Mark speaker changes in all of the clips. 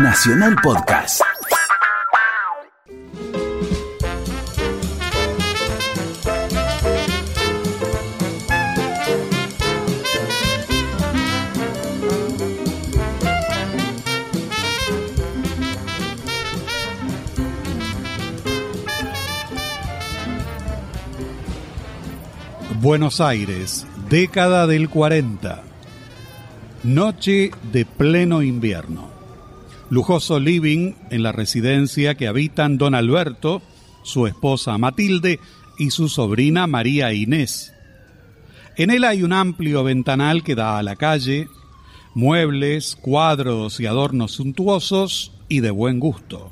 Speaker 1: Nacional Podcast.
Speaker 2: Buenos Aires, década del 40. Noche de pleno invierno. Lujoso living en la residencia que habitan don Alberto, su esposa Matilde y su sobrina María Inés. En él hay un amplio ventanal que da a la calle, muebles, cuadros y adornos suntuosos y de buen gusto.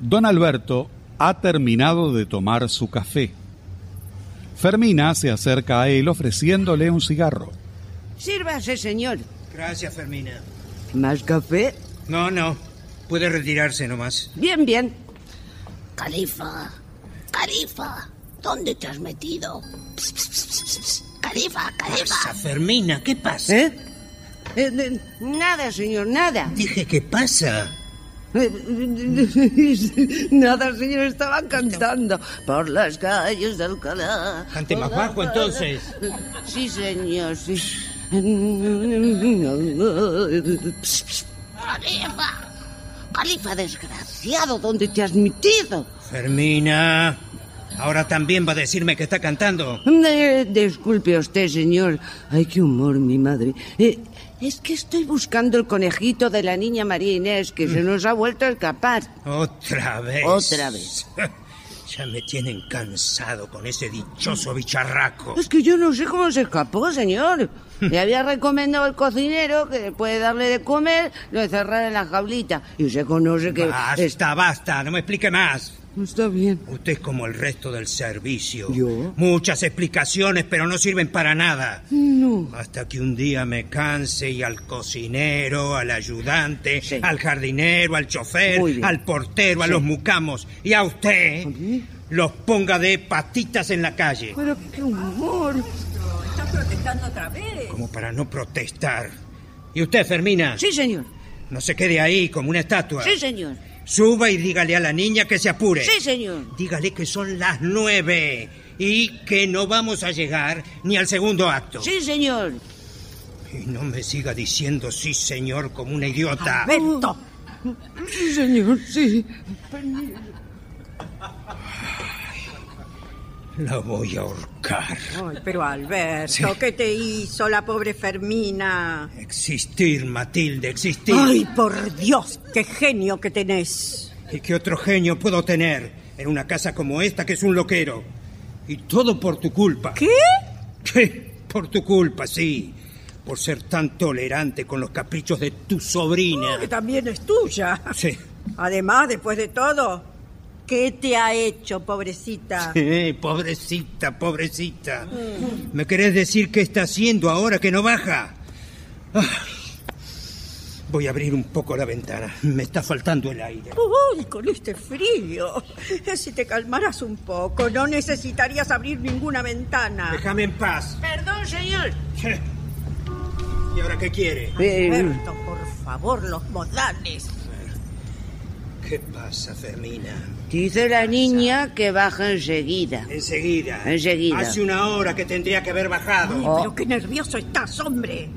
Speaker 2: Don Alberto ha terminado de tomar su café. Fermina se acerca a él ofreciéndole un cigarro.
Speaker 3: Sírvase, señor.
Speaker 4: Gracias, Fermina.
Speaker 3: ¿Más café?
Speaker 4: No, no. Puede retirarse nomás.
Speaker 3: Bien, bien.
Speaker 5: Califa, Califa, ¿dónde te has metido? Pss, pss, pss, pss, pss. Califa,
Speaker 4: Pasa,
Speaker 5: Califa.
Speaker 4: Fermina, ¿qué pasa?
Speaker 3: ¿Eh? Eh, eh, nada, señor, nada.
Speaker 4: Dije, ¿qué pasa?
Speaker 3: Eh, nada, señor, estaba cantando por las calles de Alcalá.
Speaker 4: Cante más bajo, entonces.
Speaker 3: Sí, señor, sí. Psst, psst.
Speaker 5: Califa, Califa desgraciado.
Speaker 3: Desgraciado, ¿dónde te has metido?
Speaker 4: Fermina. Ahora también va a decirme que está cantando.
Speaker 3: Eh, disculpe usted, señor. Ay, qué humor, mi madre. Eh, es que estoy buscando el conejito de la niña María Inés, que se nos ha vuelto a escapar.
Speaker 4: Otra vez.
Speaker 3: Otra vez.
Speaker 4: Ya me tienen cansado con ese dichoso bicharraco.
Speaker 3: Es que yo no sé cómo se escapó, señor. Le había recomendado al cocinero que después de darle de comer lo encerrara en la jaulita. Y usted conoce que... es-
Speaker 4: Basta, basta, no me explique más.
Speaker 3: Está bien.
Speaker 4: Usted es como el resto del servicio.
Speaker 3: ¿Yo?
Speaker 4: Muchas explicaciones, pero no sirven para nada.
Speaker 3: No.
Speaker 4: Hasta que un día me canse y al cocinero, al ayudante,
Speaker 3: Sí.
Speaker 4: al jardinero, al chofer,
Speaker 3: Muy bien.
Speaker 4: al portero, a los mucamos y a usted
Speaker 3: mí?
Speaker 4: los ponga de patitas en la calle.
Speaker 3: Pero qué humor.
Speaker 4: Como para no protestar. Y usted, Fermina,
Speaker 3: Sí, señor.
Speaker 4: no se quede ahí como una estatua.
Speaker 3: Sí, señor.
Speaker 4: Suba y dígale a la niña que se apure.
Speaker 3: Sí, señor.
Speaker 4: Dígale que son las nueve y que no vamos a llegar ni al segundo acto.
Speaker 3: Sí, señor.
Speaker 4: Y no me siga diciendo sí, señor, como una idiota.
Speaker 3: Alberto. Sí, señor, sí.
Speaker 4: La voy a ahorcar.
Speaker 6: Ay, pero Alberto,
Speaker 4: Sí.
Speaker 6: ¿qué te hizo la pobre Fermina?
Speaker 4: Existir, Matilde, existir.
Speaker 6: Ay, por Dios, qué genio que tenés.
Speaker 4: ¿Y qué otro genio puedo tener en una casa como esta que es un loquero? Y todo por tu culpa.
Speaker 6: ¿Qué?
Speaker 4: ¿Qué? Por tu culpa, sí. Por ser tan tolerante con los caprichos de tu sobrina.
Speaker 6: Oh, Que también es tuya.
Speaker 4: Sí.
Speaker 6: Además, después de todo, ¿qué te ha hecho, pobrecita?
Speaker 4: Eh, pobrecita, pobrecita.
Speaker 6: Mm.
Speaker 4: ¿Me querés decir qué está haciendo ahora que no baja? Ay. Voy a abrir un poco la ventana. Me está faltando el aire.
Speaker 6: Uy, con este frío. Si te calmaras un poco, no necesitarías abrir ninguna ventana.
Speaker 4: Déjame en paz.
Speaker 3: Perdón, señor.
Speaker 4: ¿Y ahora qué quiere?
Speaker 3: Eh,
Speaker 6: Alberto, por favor, los modales.
Speaker 4: ¿Qué pasa, Fermina?
Speaker 3: dice la niña que baja enseguida.
Speaker 4: Enseguida.
Speaker 3: Enseguida.
Speaker 4: Hace una hora que tendría que haber bajado.
Speaker 3: Oh.
Speaker 6: Pero qué nervioso estás, hombre.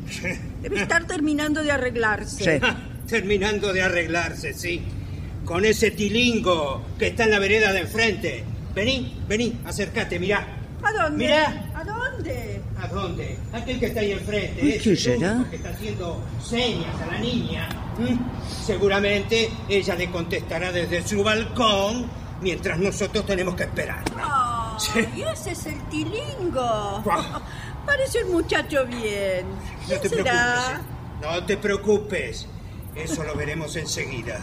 Speaker 6: Debe estar terminando de arreglarse.
Speaker 3: Sí.
Speaker 4: Ah, Terminando de arreglarse, sí. Con ese tilingo que está en la vereda de enfrente. Vení, vení, acércate, mirá.
Speaker 6: ¿A dónde?
Speaker 4: Mirá.
Speaker 6: ¿A dónde?
Speaker 4: ¿A dónde? Aquel que está ahí enfrente.
Speaker 3: Uy,
Speaker 4: ese
Speaker 3: ¿qué será?
Speaker 4: ruso Que está haciendo señas a la niña. ¿Mm? Seguramente ella le contestará desde su balcón mientras nosotros tenemos que esperar.
Speaker 6: Ay,
Speaker 4: Sí.
Speaker 6: Oh, ese es el tilingo.
Speaker 4: Guau.
Speaker 6: Parece un muchacho bien.
Speaker 4: No
Speaker 6: ¿Quién
Speaker 4: te preocupes.
Speaker 6: será?
Speaker 4: ¿eh? No te preocupes. Eso lo veremos enseguida.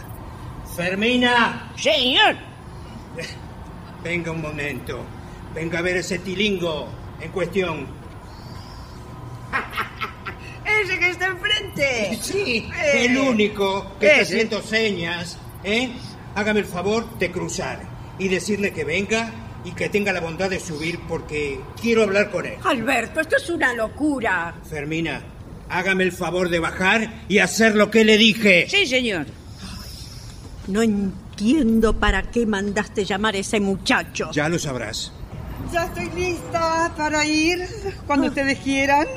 Speaker 4: Fermina,
Speaker 3: Señor.
Speaker 4: venga un momento. Venga a ver ese tilingo en cuestión.
Speaker 3: Ese que está enfrente.
Speaker 4: Sí,
Speaker 3: Eh,
Speaker 4: el único que
Speaker 6: eh,
Speaker 4: está
Speaker 3: ese.
Speaker 4: haciendo señas, ¿eh? Hágame el favor de cruzar y decirle que venga y que tenga la bondad de subir porque quiero hablar con él.
Speaker 6: Alberto, esto es una locura.
Speaker 4: Fermina, hágame el favor de bajar y hacer lo que le dije.
Speaker 3: Sí, señor.
Speaker 6: No entiendo para qué mandaste llamar a ese muchacho.
Speaker 4: Ya lo sabrás.
Speaker 1: Ya estoy lista para ir cuando
Speaker 6: Ah.
Speaker 1: ustedes quieran.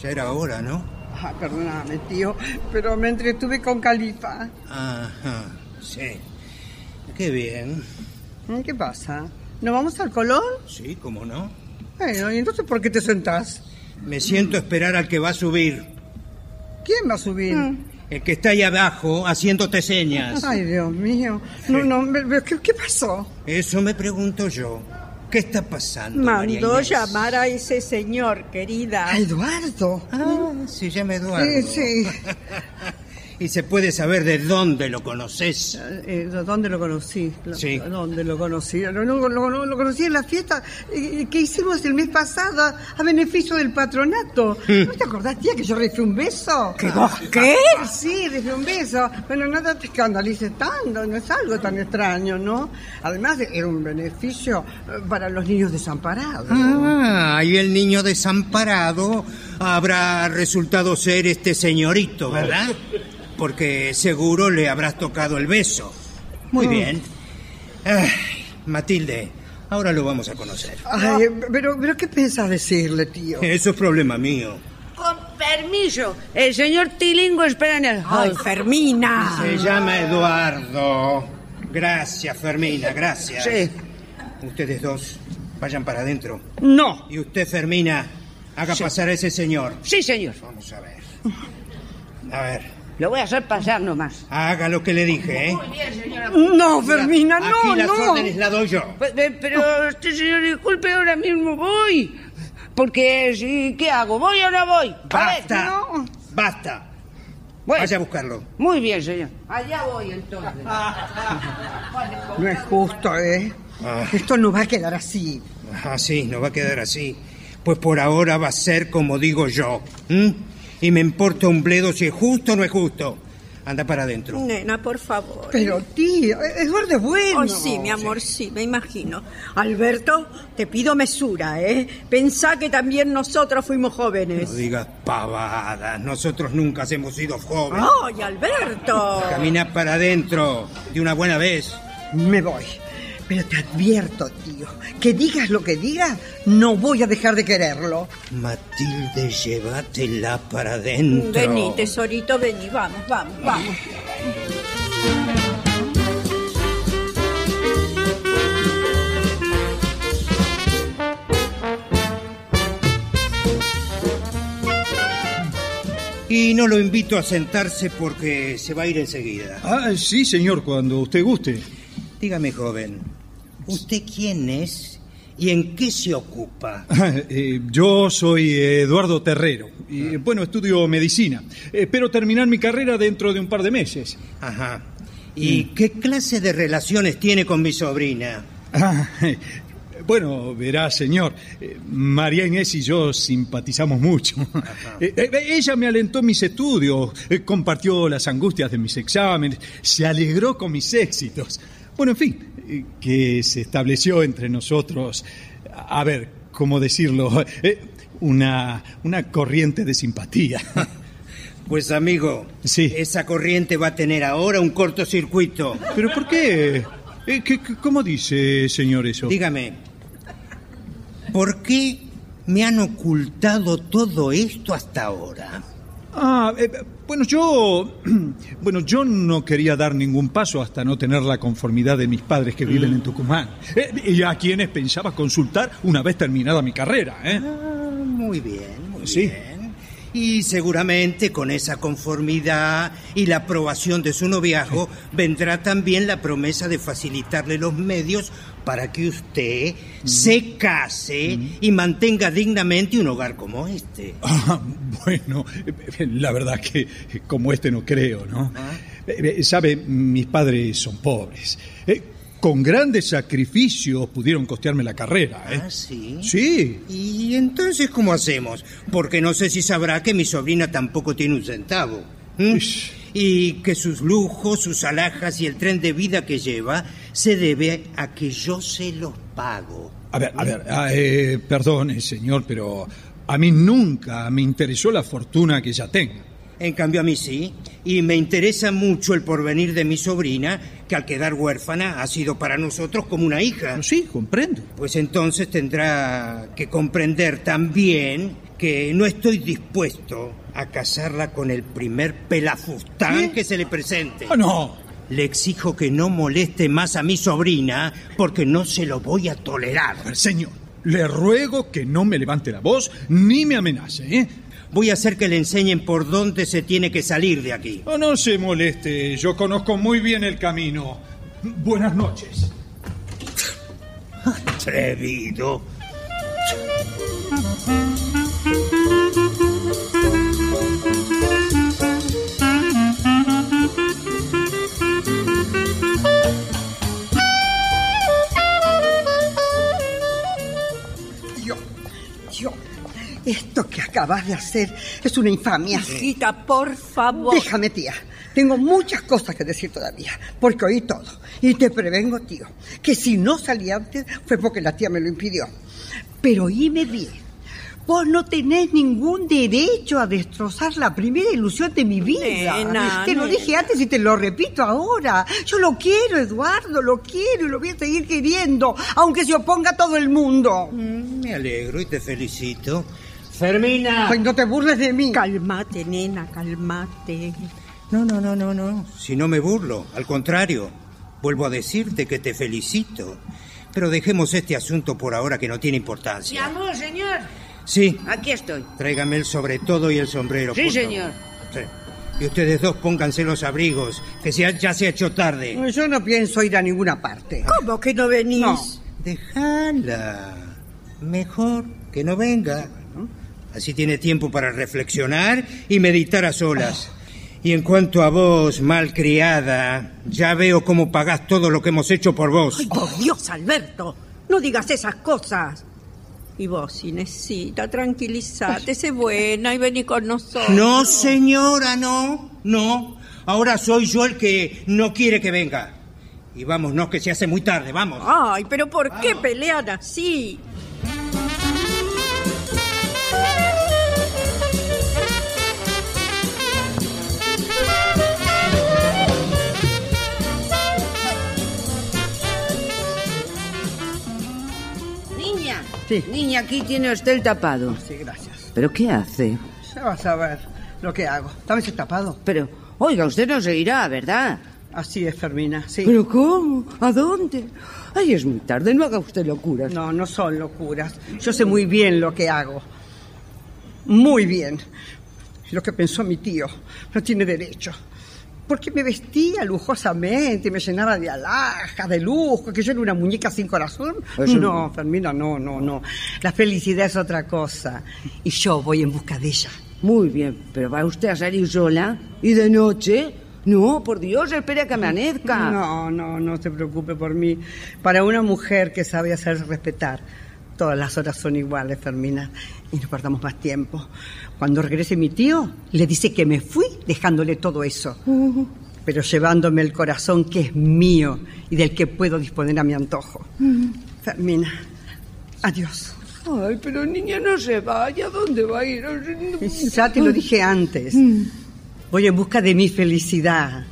Speaker 4: Ya era hora, ¿no?
Speaker 1: Ah, perdóname, tío, pero me entretuve con Califa.
Speaker 4: Ajá, sí. Qué bien.
Speaker 1: Mm, ¿Qué pasa? ¿No vamos al Colón?
Speaker 4: Sí, cómo no.
Speaker 1: Bueno, ¿y entonces por qué te sentás?
Speaker 4: Me siento a esperar al que va a subir.
Speaker 1: ¿Quién va a subir?
Speaker 6: Mm.
Speaker 4: El que está ahí abajo haciéndote señas.
Speaker 1: Mm. Ay, Dios mío. No, no, me- me- ¿qué, qué pasó?
Speaker 4: Eso me pregunto yo. ¿Qué está pasando? María
Speaker 6: Mandó
Speaker 4: Inés?
Speaker 6: llamar a ese señor, querida.
Speaker 1: A Eduardo.
Speaker 4: Ah, se llama Eduardo.
Speaker 1: Sí, sí.
Speaker 4: y se puede saber de dónde lo conoces.
Speaker 1: Eh, ¿Dónde lo conocí? Lo-
Speaker 4: Sí.
Speaker 1: ¿Dónde lo conocí? Lo, lo- lo- lo conocí en la fiesta eh, que hicimos el mes pasado a, a beneficio del patronato. ¿No te acordás, tía, que yo rifé un beso? ¿Qué?
Speaker 6: ¿Qué?
Speaker 1: Sí, rifé un beso. Bueno, nada te escandalices tanto, no es algo tan extraño, ¿no? Además, era un beneficio eh, para los niños desamparados.
Speaker 4: Ah, y el niño desamparado habrá resultado ser este señorito, ¿verdad? Porque seguro le habrás tocado el beso. Muy bien. Ay, Matilde, ahora lo vamos a conocer.
Speaker 1: Ay, pero, pero ¿qué pensás decirle, tío?
Speaker 4: Eso es problema mío.
Speaker 3: Con permiso, el señor Tilingo espera en el hall.
Speaker 6: Ay,
Speaker 3: Ah.
Speaker 6: Fermina.
Speaker 4: Se llama Eduardo. Gracias, Fermina, gracias.
Speaker 3: Sí.
Speaker 4: Ustedes dos, vayan para adentro.
Speaker 3: No.
Speaker 4: Y usted, Fermina, haga pasar a ese señor.
Speaker 3: Sí, señor.
Speaker 4: Vamos a ver. A ver,
Speaker 3: Lo voy a hacer pasar nomás.
Speaker 4: haga lo que le dije, ¿eh?
Speaker 1: No, Fermina, no,
Speaker 4: Aquí las
Speaker 1: no.
Speaker 4: órdenes las doy yo.
Speaker 3: Pe- pe- Pues, Pero, este señor, disculpe, ahora mismo voy. Porque, si, ¿qué hago? ¿Voy o no voy? A ver,
Speaker 4: ¡Basta!
Speaker 1: no.
Speaker 4: ¡Basta!
Speaker 3: voy.
Speaker 4: Vaya a buscarlo.
Speaker 3: Muy bien, señor. Allá voy, entonces.
Speaker 1: No es justo, ¿eh?
Speaker 4: Ah.
Speaker 1: Esto no va a quedar así.
Speaker 4: Ah, sí, no va a quedar así. Pues por ahora va a ser como digo yo. ¿m? Y me importa un bledo si es justo o no es justo. Anda para adentro.
Speaker 6: Nena, por favor.
Speaker 1: Pero tío, Eduardo es bueno.
Speaker 6: Oh, sí, mi amor, sí, me imagino. Alberto, te pido mesura, ¿eh? Pensá que también nosotros fuimos jóvenes.
Speaker 4: No digas pavadas. Nosotros nunca hemos sido jóvenes.
Speaker 6: ¡Ay, Alberto!
Speaker 4: Camina para adentro de una buena vez.
Speaker 1: Me voy. Pero te advierto, tío, que digas lo que digas, no voy a dejar de quererlo.
Speaker 4: Matilde, llévatela para adentro.
Speaker 6: Vení, tesorito, vení, vamos, vamos, vamos.
Speaker 4: Y no lo invito a sentarse porque se va a ir enseguida.
Speaker 7: Ah, sí, señor, cuando usted guste.
Speaker 4: Dígame, joven, ¿usted quién es y en qué se ocupa?
Speaker 7: Eh, yo soy Eduardo Terrero y bueno, estudio medicina. Eh, Espero terminar mi carrera dentro de un par de meses.
Speaker 4: Ajá. ¿Y
Speaker 7: Mm.
Speaker 4: qué clase de relaciones tiene con mi sobrina?
Speaker 7: Ah, Bueno, verá, señor, eh, María Inés y yo simpatizamos mucho. Eh, eh, Ella me alentó en mis estudios, eh, compartió las angustias de mis exámenes, se alegró con mis éxitos. Bueno, en fin, eh, que se estableció entre nosotros, a ver, ¿cómo decirlo? Eh, Una, una corriente de simpatía.
Speaker 4: Pues amigo,
Speaker 7: Sí.
Speaker 4: esa corriente va a tener ahora un cortocircuito.
Speaker 7: ¿Pero por qué? Eh, ¿qué- qué- ¿Cómo dice, señor, eso?
Speaker 4: Dígame, ¿por qué me han ocultado todo esto hasta ahora?
Speaker 7: Ah, eh, bueno, yo. Bueno, yo no quería dar ningún paso hasta no tener la conformidad de mis padres que viven en Tucumán. eh, y a quienes pensaba consultar una vez terminada mi carrera, ¿eh?
Speaker 4: Ah, muy bien, muy
Speaker 7: Sí.
Speaker 4: bien. Y seguramente con esa conformidad y la aprobación de su noviazgo vendrá también la promesa de facilitarle los medios para que usted se case y mantenga dignamente un hogar como este.
Speaker 7: Ah, bueno, eh, la verdad que eh, como este no creo, ¿no? Eh, eh, Sabe, mis padres son pobres. Eh, con grandes sacrificios pudieron costearme la carrera, ¿eh?
Speaker 4: Ah, sí.
Speaker 7: Sí.
Speaker 4: ¿Y entonces cómo hacemos? Porque no sé si sabrá que mi sobrina tampoco tiene un centavo. ¿m?
Speaker 7: Ish.
Speaker 4: Y que sus lujos, sus alhajas y el tren de vida que lleva se debe a que yo se los pago.
Speaker 7: A ver, a ver, ah, eh, perdone, señor, pero a mí nunca me interesó la fortuna que ya tengo.
Speaker 4: En cambio, a mí sí. Y me interesa mucho el porvenir de mi sobrina, que al quedar huérfana ha sido para nosotros como una hija.
Speaker 7: Sí, comprendo.
Speaker 4: Pues entonces tendrá que comprender también que no estoy dispuesto a casarla con el primer pelafustán que se le presente.
Speaker 7: Ah, no.
Speaker 4: Le exijo que no moleste más a mi sobrina porque no se lo voy a tolerar.
Speaker 7: A ver, señor, le ruego que no me levante la voz ni me amenace, ¿eh?
Speaker 4: Voy a hacer que le enseñen por dónde se tiene que salir de aquí.
Speaker 7: Ah, No, no se moleste, Este, yo conozco muy bien el camino. Buenas noches.
Speaker 4: Atrevido.
Speaker 1: Yo, yo. Esto que acabas de hacer es una infamia.
Speaker 6: Hijita, por favor.
Speaker 1: Déjame, tía. Tengo muchas cosas que decir todavía, porque oí todo. Y te prevengo, tío, que si no salí antes fue porque la tía me lo impidió. Pero oíme bien. Vos no tenés ningún derecho a destrozar la primera ilusión de mi vida.
Speaker 6: Nena,
Speaker 1: te lo
Speaker 6: nena.
Speaker 1: dije antes y te lo repito ahora. Yo lo quiero, Eduardo, lo quiero y lo voy a seguir queriendo, aunque se oponga todo el mundo.
Speaker 4: Me alegro y te felicito. Fermina.
Speaker 1: Ay, no te burles de mí.
Speaker 6: Calmate, nena, calmate.
Speaker 4: No, no, no, no, no. Si no me burlo, al contrario. Vuelvo a decirte que te felicito. Pero dejemos este asunto por ahora que no tiene importancia.
Speaker 3: Llamó, señor.
Speaker 4: Sí,
Speaker 3: Aquí estoy.
Speaker 4: tráigame el sobre todo y el sombrero.
Speaker 3: Sí,
Speaker 4: por favor.
Speaker 3: señor.
Speaker 4: Sí. Y ustedes dos pónganse los abrigos, que se ha- ya se ha hecho tarde.
Speaker 1: Yo no pienso ir a ninguna parte.
Speaker 6: ¿Cómo que no venís?
Speaker 4: Dejala. Mejor que no venga. Así tiene tiempo para reflexionar y meditar a solas. Y en cuanto a vos, malcriada, ya veo cómo pagás todo lo que hemos hecho por vos.
Speaker 6: Ay, por Dios, Alberto, no digas esas cosas. Y vos, Inesita, tranquilízate, sé buena y vení con nosotros.
Speaker 4: No, señora, no, no. Ahora soy yo el que no quiere que venga. Y vámonos, que se hace muy tarde, vamos.
Speaker 6: Ay, pero ¿por
Speaker 7: Ah.
Speaker 6: qué pelean así?
Speaker 3: Niña.
Speaker 1: Sí.
Speaker 3: Niña, aquí tiene usted el tapado.
Speaker 1: Sí, gracias.
Speaker 3: ¿Pero qué hace?
Speaker 1: Ya vas a ver lo que hago. ¿También el tapado?
Speaker 3: Pero, oiga, usted no se irá, ¿verdad?
Speaker 1: Así es, Fermina, sí.
Speaker 3: ¿Pero cómo? ¿A dónde? Ay, es muy tarde, no haga usted locuras.
Speaker 1: No, no son locuras. Yo sé muy bien lo que hago. Muy bien. Lo que pensó mi tío. No tiene derecho. Porque me vestía lujosamente, me llenaba de alhajas, de lujo, que yo era una muñeca sin corazón.
Speaker 3: Eso-
Speaker 1: No, Fermina, no, no, no. La felicidad es otra cosa. Y yo voy en busca de ella.
Speaker 3: Muy bien, pero ¿va usted a salir sola? ¿Y de noche? No, por Dios, espere a que amanezca.
Speaker 1: No, no, no te preocupes por mí. Para una mujer que sabe hacerse respetar, todas las horas son iguales, Fermina, y no perdamos más tiempo. Cuando regrese mi tío, le dice que me fui dejándole todo eso, pero llevándome el corazón que es mío y del que puedo disponer a mi antojo. Fermina, adiós.
Speaker 3: Ay, pero niña, no se vaya, ¿dónde va a ir?
Speaker 1: Ya te lo dije antes. Voy en busca de mi felicidad.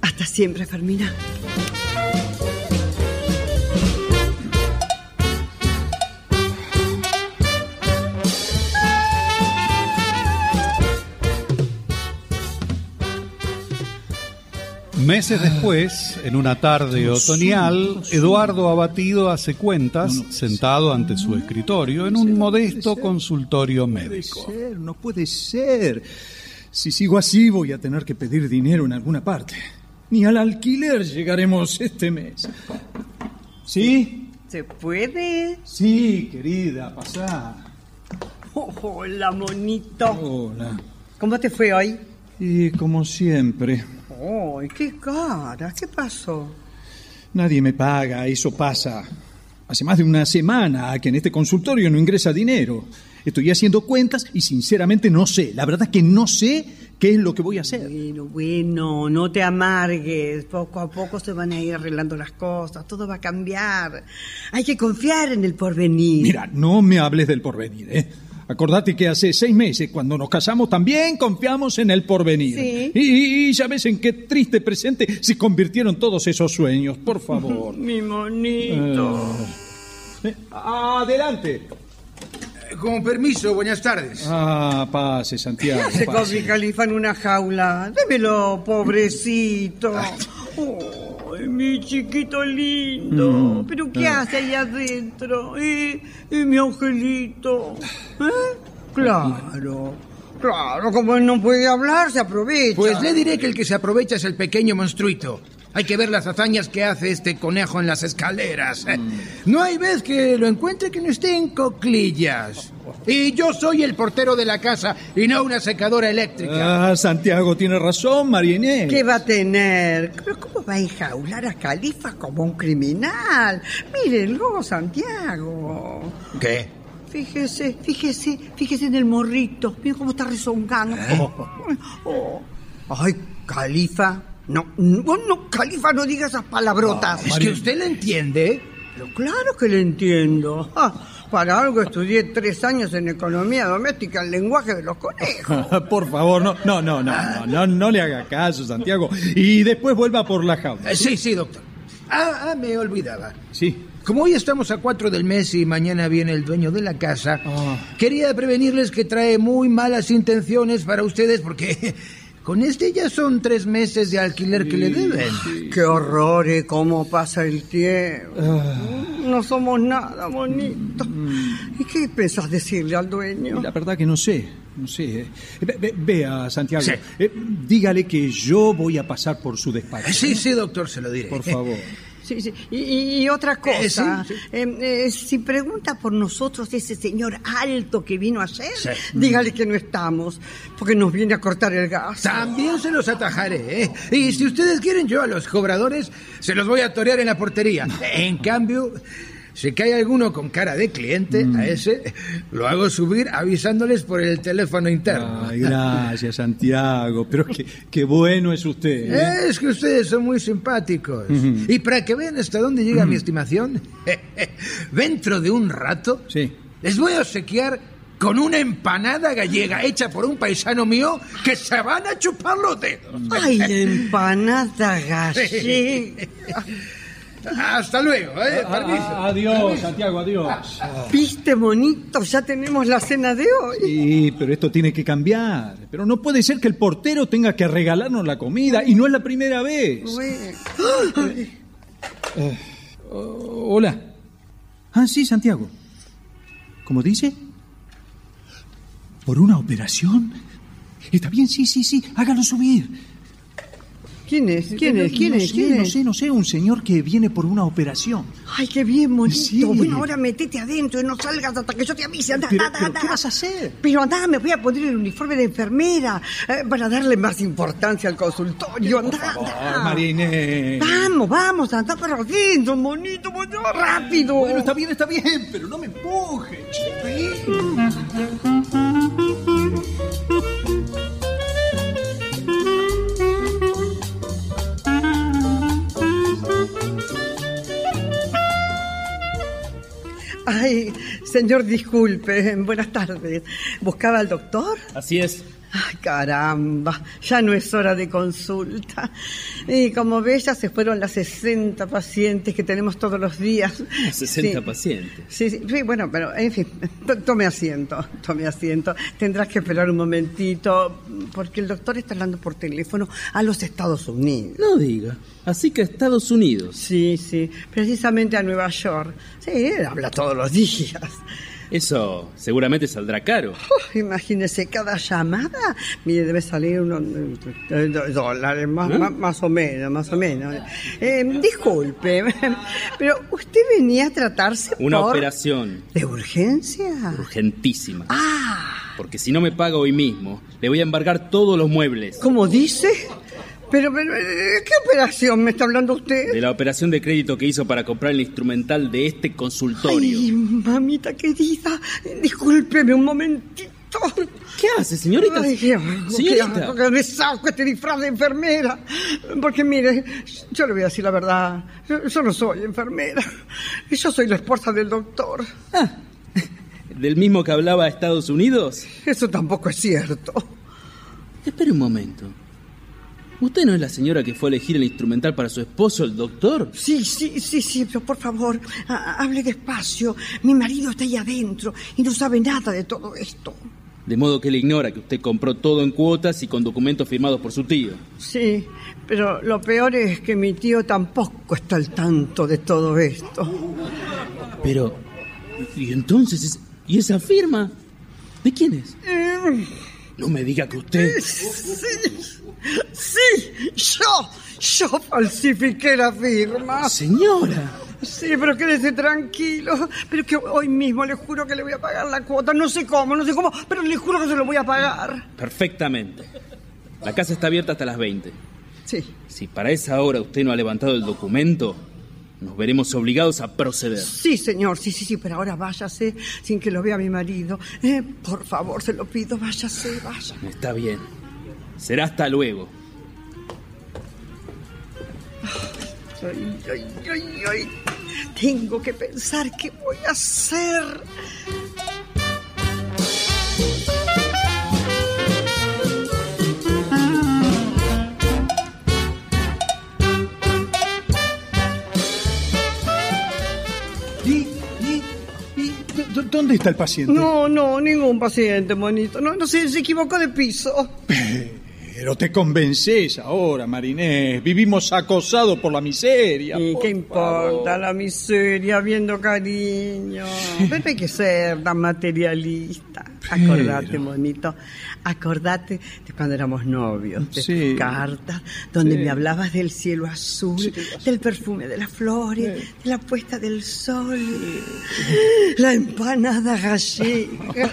Speaker 1: Hasta siempre, Fermina.
Speaker 2: Meses después, en una tarde otoñal, Eduardo Abatido hace cuentas sentado ante su escritorio en un modesto consultorio
Speaker 7: puede
Speaker 2: médico.
Speaker 7: ser, no puede ser. Si sigo así voy a tener que pedir dinero en alguna parte. Ni al alquiler llegaremos este mes. Sí,
Speaker 1: ¿Se puede?
Speaker 7: sí, querida, pasá.
Speaker 1: Oh, Hola, monito.
Speaker 7: Hola.
Speaker 1: ¿Cómo te fue hoy?
Speaker 7: Y como siempre,
Speaker 1: ¡Ay, qué cara! ¿Qué pasó?
Speaker 7: nadie me paga, eso pasa. Hace más de una semana que en este consultorio no ingresa dinero. Estoy haciendo cuentas y sinceramente no sé. La verdad es que no sé qué es lo que voy a hacer.
Speaker 1: Bueno, bueno, no te amargues. Poco a poco se van a ir arreglando las cosas. Todo va a cambiar. Hay que confiar en el porvenir.
Speaker 7: Mira, no me hables del porvenir, ¿eh? Acordate que hace seis meses, cuando nos casamos, también confiamos en el porvenir.
Speaker 6: Sí.
Speaker 7: Y, y ya ves en qué triste presente se convirtieron todos esos sueños, por favor.
Speaker 6: Mi monito.
Speaker 7: Eh, Adelante.
Speaker 8: Con permiso, buenas tardes.
Speaker 7: Ah, pase, Santiago.
Speaker 1: Se
Speaker 7: pase.
Speaker 1: mi califa en una jaula. Démelo, pobrecito. Ay, mi chiquito lindo. ¿Pero qué hace ahí adentro? ¿Eh? ¿Y, mi angelito? ¿Eh? Claro. Claro, como él no puede hablar, se aprovecha.
Speaker 8: Pues le diré que el que se aprovecha es el pequeño monstruito. Hay que ver las hazañas que hace este conejo en las escaleras.
Speaker 1: Mm.
Speaker 8: Eh, No hay vez que lo encuentre que no esté en coclillas. Y yo soy el portero de la casa y no una secadora eléctrica.
Speaker 7: Ah, Santiago tiene razón, María Inés.
Speaker 1: ¿Qué va a tener? ¿Pero cómo va a enjaular a Califa como un criminal? Mírenlo, Santiago.
Speaker 8: ¿Qué?
Speaker 1: Fíjese, fíjese, fíjese en el morrito. Miren cómo está rezongando.
Speaker 8: ¿Eh?
Speaker 1: Oh. ¿Eh? Ay, Califa. No, no, no, Califa, no diga esas palabrotas.
Speaker 8: Ah, ¿Es que usted le entiende?
Speaker 1: Pero claro que le entiendo. Ah, para algo estudié tres años en economía doméstica, el lenguaje de los conejos.
Speaker 7: Por favor, no, no, no, no, no, no, no le haga caso, Santiago. Y después vuelva por la jaula.
Speaker 8: Eh, Sí, sí, doctor. Ah, ah, me olvidaba.
Speaker 7: Sí.
Speaker 8: Como hoy estamos a cuatro del mes y mañana viene el dueño de la casa, quería prevenirles que trae muy malas intenciones para ustedes porque con este ya son tres meses de alquiler que le deben.
Speaker 1: Qué horror, ¿eh? cómo pasa el tiempo.
Speaker 8: Ah.
Speaker 1: No somos nada, bonito.
Speaker 8: Mm.
Speaker 1: ¿Y qué pensás decirle al dueño?
Speaker 7: La verdad que no sé, no sé. eh. Ve- ve- Vea, Santiago,
Speaker 8: Sí.
Speaker 7: eh, dígale que yo voy a pasar por su despacho.
Speaker 8: Eh, Sí, sí, doctor, se lo diré.
Speaker 7: Por favor.
Speaker 1: Sí, sí. Y, y- y otra cosa,
Speaker 8: sí,
Speaker 1: eh, eh, si pregunta por nosotros ese señor alto que vino ayer,
Speaker 8: Sí.
Speaker 1: dígale que no estamos, porque nos viene a cortar el gas.
Speaker 8: También se los atajaré, ¿eh? Y si ustedes quieren, yo a los cobradores se los voy a torear en la portería. En cambio, si cae alguno con cara de cliente, a ese lo hago subir avisándoles por el teléfono interno.
Speaker 7: Ay, gracias, Santiago. Pero qué, qué bueno es usted. ¿eh?
Speaker 8: Es que ustedes son muy simpáticos. Y para que vean hasta dónde llega mi estimación, dentro de un rato
Speaker 7: Sí.
Speaker 8: les voy a obsequiar con una empanada gallega hecha por un paisano mío que se van a chupar los dedos.
Speaker 1: Ay, empanada gallega.
Speaker 8: Hasta luego, ¿eh? Permiso.
Speaker 7: Ah, adiós, Santiago, adiós.
Speaker 1: ¿Viste, bonito? Ya tenemos la cena de hoy.
Speaker 7: Sí, pero esto tiene que cambiar. Pero no puede ser que el portero tenga que regalarnos la comida y no es la primera vez.
Speaker 1: Bueno.
Speaker 9: Eh,
Speaker 1: Eh.
Speaker 7: O- hola. Ah, sí, Santiago. ¿Cómo dice? ¿Por una operación? Está bien, sí, sí, sí. Hágalo subir. Eh,
Speaker 1: ¿Quién es? ¿Quién es? ¿Quién
Speaker 7: no
Speaker 1: es?
Speaker 7: sé,
Speaker 1: ¿Quién
Speaker 7: No
Speaker 1: es?
Speaker 7: sé, no sé. Un señor que viene por una operación.
Speaker 1: Ay, qué bien, bonito.
Speaker 7: Sí.
Speaker 1: Bueno, ahora metete adentro y no salgas hasta que yo te avise. Andá,
Speaker 7: Pero-
Speaker 1: andá,
Speaker 7: pero
Speaker 1: andá.
Speaker 7: ¿qué vas a hacer?
Speaker 1: Pero andá, me voy a poner el uniforme de enfermera eh, para darle más importancia al consultorio. Andá, andá.
Speaker 7: Marine.
Speaker 1: Vamos, vamos, andá para adentro, bonito, bonito, rápido.
Speaker 7: Bueno, está bien, está bien, pero no me empuje.
Speaker 1: Ay, señor, disculpe. Buenas tardes. ¿Buscaba al doctor?
Speaker 10: Así es.
Speaker 1: Ay, caramba, ya no es hora de consulta. Y como ves, ya se fueron las 60 pacientes que tenemos todos los días.
Speaker 10: 60
Speaker 1: Sí.
Speaker 10: pacientes.
Speaker 1: Sí, sí, sí, bueno, pero en fin, to- tome asiento, tome asiento. Tendrás que esperar un momentito, porque el doctor está hablando por teléfono a los Estados Unidos.
Speaker 10: No diga. Así que a Estados Unidos.
Speaker 1: Sí, sí, precisamente a Nueva York. Sí, él habla todos los días.
Speaker 10: Eso seguramente saldrá caro.
Speaker 1: Uf, imagínese, cada llamada, mire, debe salir unos eh, do- dólares, más,
Speaker 10: ¿Eh?
Speaker 1: más, más o menos, más o menos. Eh, disculpe, pero usted venía a tratarse
Speaker 10: Una
Speaker 1: por-
Speaker 10: operación
Speaker 1: ¿De urgencia?
Speaker 10: urgentísima.
Speaker 1: Ah,
Speaker 10: Porque si no me paga hoy mismo, le voy a embargar todos los muebles.
Speaker 1: ¿Cómo dice? Pero, pero, ¿de ¿qué operación me está hablando usted?
Speaker 10: De la operación de crédito que hizo para comprar el instrumental de este consultorio.
Speaker 1: Ay, mamita querida, discúlpeme un momentito.
Speaker 10: ¿Qué hace, señorita?
Speaker 1: Ay, qué hago, qué
Speaker 10: señorita.
Speaker 1: hago, que me saco este disfraz de enfermera. Porque mire, yo le voy a decir la verdad, yo, yo no soy enfermera, yo soy la esposa del doctor.
Speaker 10: Ah, ¿Del mismo que hablaba Estados Unidos?
Speaker 1: Eso tampoco es cierto.
Speaker 10: Espere un momento. ¿Usted no es la señora que fue a elegir el instrumental para su esposo, el doctor?
Speaker 1: Sí, sí, sí, sí, pero por favor, ha- hable despacio. Mi marido está ahí adentro y no sabe nada de todo esto.
Speaker 10: De modo que él ignora que usted compró todo en cuotas y con documentos firmados por su tío.
Speaker 1: Sí, pero lo peor es que mi tío tampoco está al tanto de todo esto.
Speaker 10: Pero... ¿Y entonces? es- ¿Y esa firma? ¿De quién es? No me diga que usted...
Speaker 1: Eh, Sí, sí, yo, yo falsifiqué la firma.
Speaker 10: Señora.
Speaker 1: Sí, pero quédese tranquilo. Pero que hoy mismo le juro que le voy a pagar la cuota. No sé cómo, no sé cómo, pero le juro que se lo voy a pagar.
Speaker 10: Perfectamente. La casa está abierta hasta las 20.
Speaker 1: Sí,
Speaker 10: Si para esa hora usted no ha levantado el documento, nos veremos obligados a proceder.
Speaker 1: sí, señor, sí, sí, sí, pero ahora váyase sin que lo vea mi marido. Eh, por favor, se lo pido, váyase, váyase.
Speaker 10: Está bien. Será hasta luego.
Speaker 1: Ay, ay, ay, ay. Tengo que pensar qué voy a hacer. Ah.
Speaker 7: ¿Y, y, y dó- dónde está el paciente?
Speaker 1: No, no, ningún paciente, monito. No, no sé, se equivocó de piso.
Speaker 7: Pero te convences ahora, Marinés. Vivimos acosados por la miseria.
Speaker 1: ¿Y
Speaker 7: por
Speaker 1: qué
Speaker 7: favor.
Speaker 1: importa la miseria viendo cariño? Pero no hay que ser tan materialista. Acordate, monito. Acordate de cuando éramos novios, de
Speaker 7: Sí.
Speaker 1: tus cartas, donde me hablabas del cielo azul, del perfume de las flores, de la puesta del sol, la empanada gallega.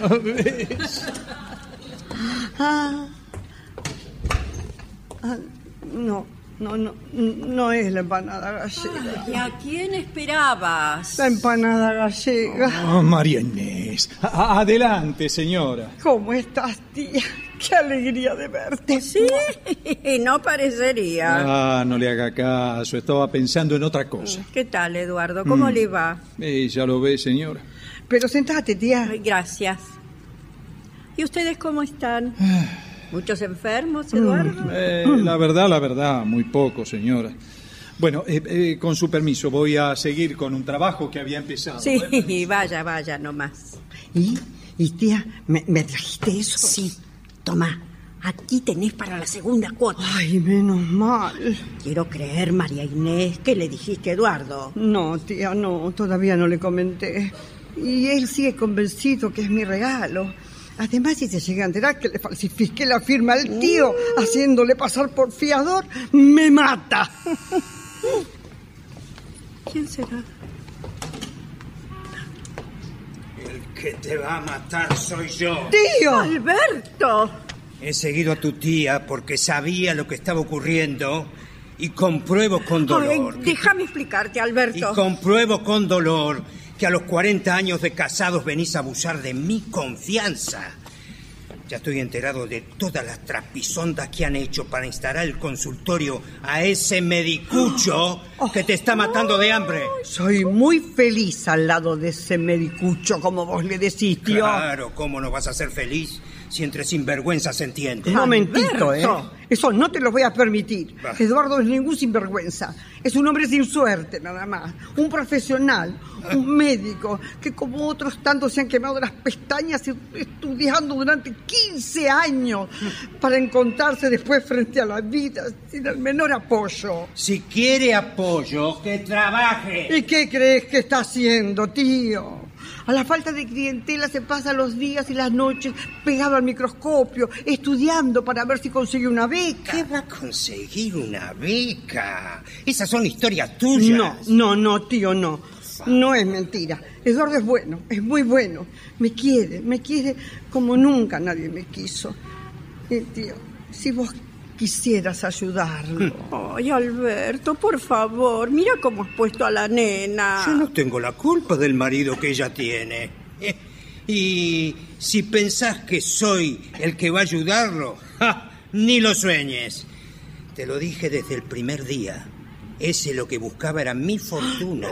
Speaker 1: Ah. Ah, no, no, no, no es la empanada gallega.
Speaker 6: ¿Y a quién esperabas?
Speaker 1: La empanada gallega.
Speaker 7: Ah, María Inés. A- a- adelante, señora.
Speaker 1: ¿Cómo estás, tía? Qué alegría de verte.
Speaker 6: Sí, no parecería.
Speaker 7: Ah, no le haga caso. Estaba pensando en otra cosa.
Speaker 6: ¿Qué tal, Eduardo? ¿Cómo le va?
Speaker 7: Eh, ya lo ve, señora.
Speaker 1: Pero sentate, tía.
Speaker 6: Ay, Gracias. ¿Y ustedes cómo están? ¿Muchos enfermos,
Speaker 1: Mm.
Speaker 6: Eduardo?
Speaker 7: Ah. Eh, la verdad, la verdad, muy poco, señora. Bueno, eh, eh, con su permiso, voy a seguir con un trabajo que había empezado. ¿eh?
Speaker 6: Sí, vaya, vaya, nomás.
Speaker 1: ¿Y? ¿Y tía? ¿Me, me trajiste eso?
Speaker 5: Sí, toma. Aquí tenés para la segunda cuota.
Speaker 1: Ay, menos mal.
Speaker 5: Quiero creer, María Inés, que le dijiste a Eduardo.
Speaker 1: No, tía, no, todavía no le comenté. Y él sigue convencido que es mi regalo. Además, si se llega a enterar que le falsifiqué la firma al tío,
Speaker 5: Mm.
Speaker 1: haciéndole pasar por fiador, me mata.
Speaker 6: ¿Quién será?
Speaker 4: El que te va a matar soy yo.
Speaker 1: ¡Tío!
Speaker 6: ¡Alberto!
Speaker 4: He seguido a tu tía porque sabía lo que estaba ocurriendo y compruebo con dolor.
Speaker 6: Ay, déjame explicarte,
Speaker 4: y
Speaker 6: Alberto.
Speaker 4: compruebo con dolor que a los 40 años de casados venís a abusar de mi confianza. Ya estoy enterado de todas las trapisondas que han hecho para instalar el consultorio a ese medicucho que te está matando de hambre.
Speaker 1: Soy muy feliz al lado de ese medicucho, como vos le decís, tío.
Speaker 4: Claro, ¿cómo no vas a ser feliz si entre sinvergüenzas se entiende?
Speaker 1: No mentito, ¿eh?
Speaker 4: Alberto.
Speaker 1: Eso no te lo voy a permitir.
Speaker 4: Bah.
Speaker 1: Eduardo es ningún sinvergüenza. Es un hombre sin suerte, nada más. Un profesional, un médico, que como otros tantos se han quemado las pestañas e- estudiando durante 15 años para encontrarse después frente a la vida sin el menor apoyo.
Speaker 4: Si quiere apoyo, que trabaje.
Speaker 1: ¿Y qué crees que está haciendo, tío? A la falta de clientela se pasa los días y las noches pegado al microscopio, estudiando para ver si consigue una
Speaker 4: ¿Qué
Speaker 1: beca.
Speaker 4: va a conseguir una beca? Esas son historias tuyas.
Speaker 1: No, no, no, tío, no. No es mentira. Eduardo es bueno, es muy bueno. Me quiere, me quiere como nunca nadie me quiso. Y, tío, si vos quisieras ayudarlo.
Speaker 6: Ay, Alberto, por favor, mira cómo has puesto a la nena.
Speaker 4: Yo no tengo la culpa del marido que ella tiene. Eh, Y si pensás que soy el que va a ayudarlo, ¡ja! ni lo sueñes. Te lo dije desde el primer día.
Speaker 6: Oh.
Speaker 4: Ese lo que buscaba era mi fortuna.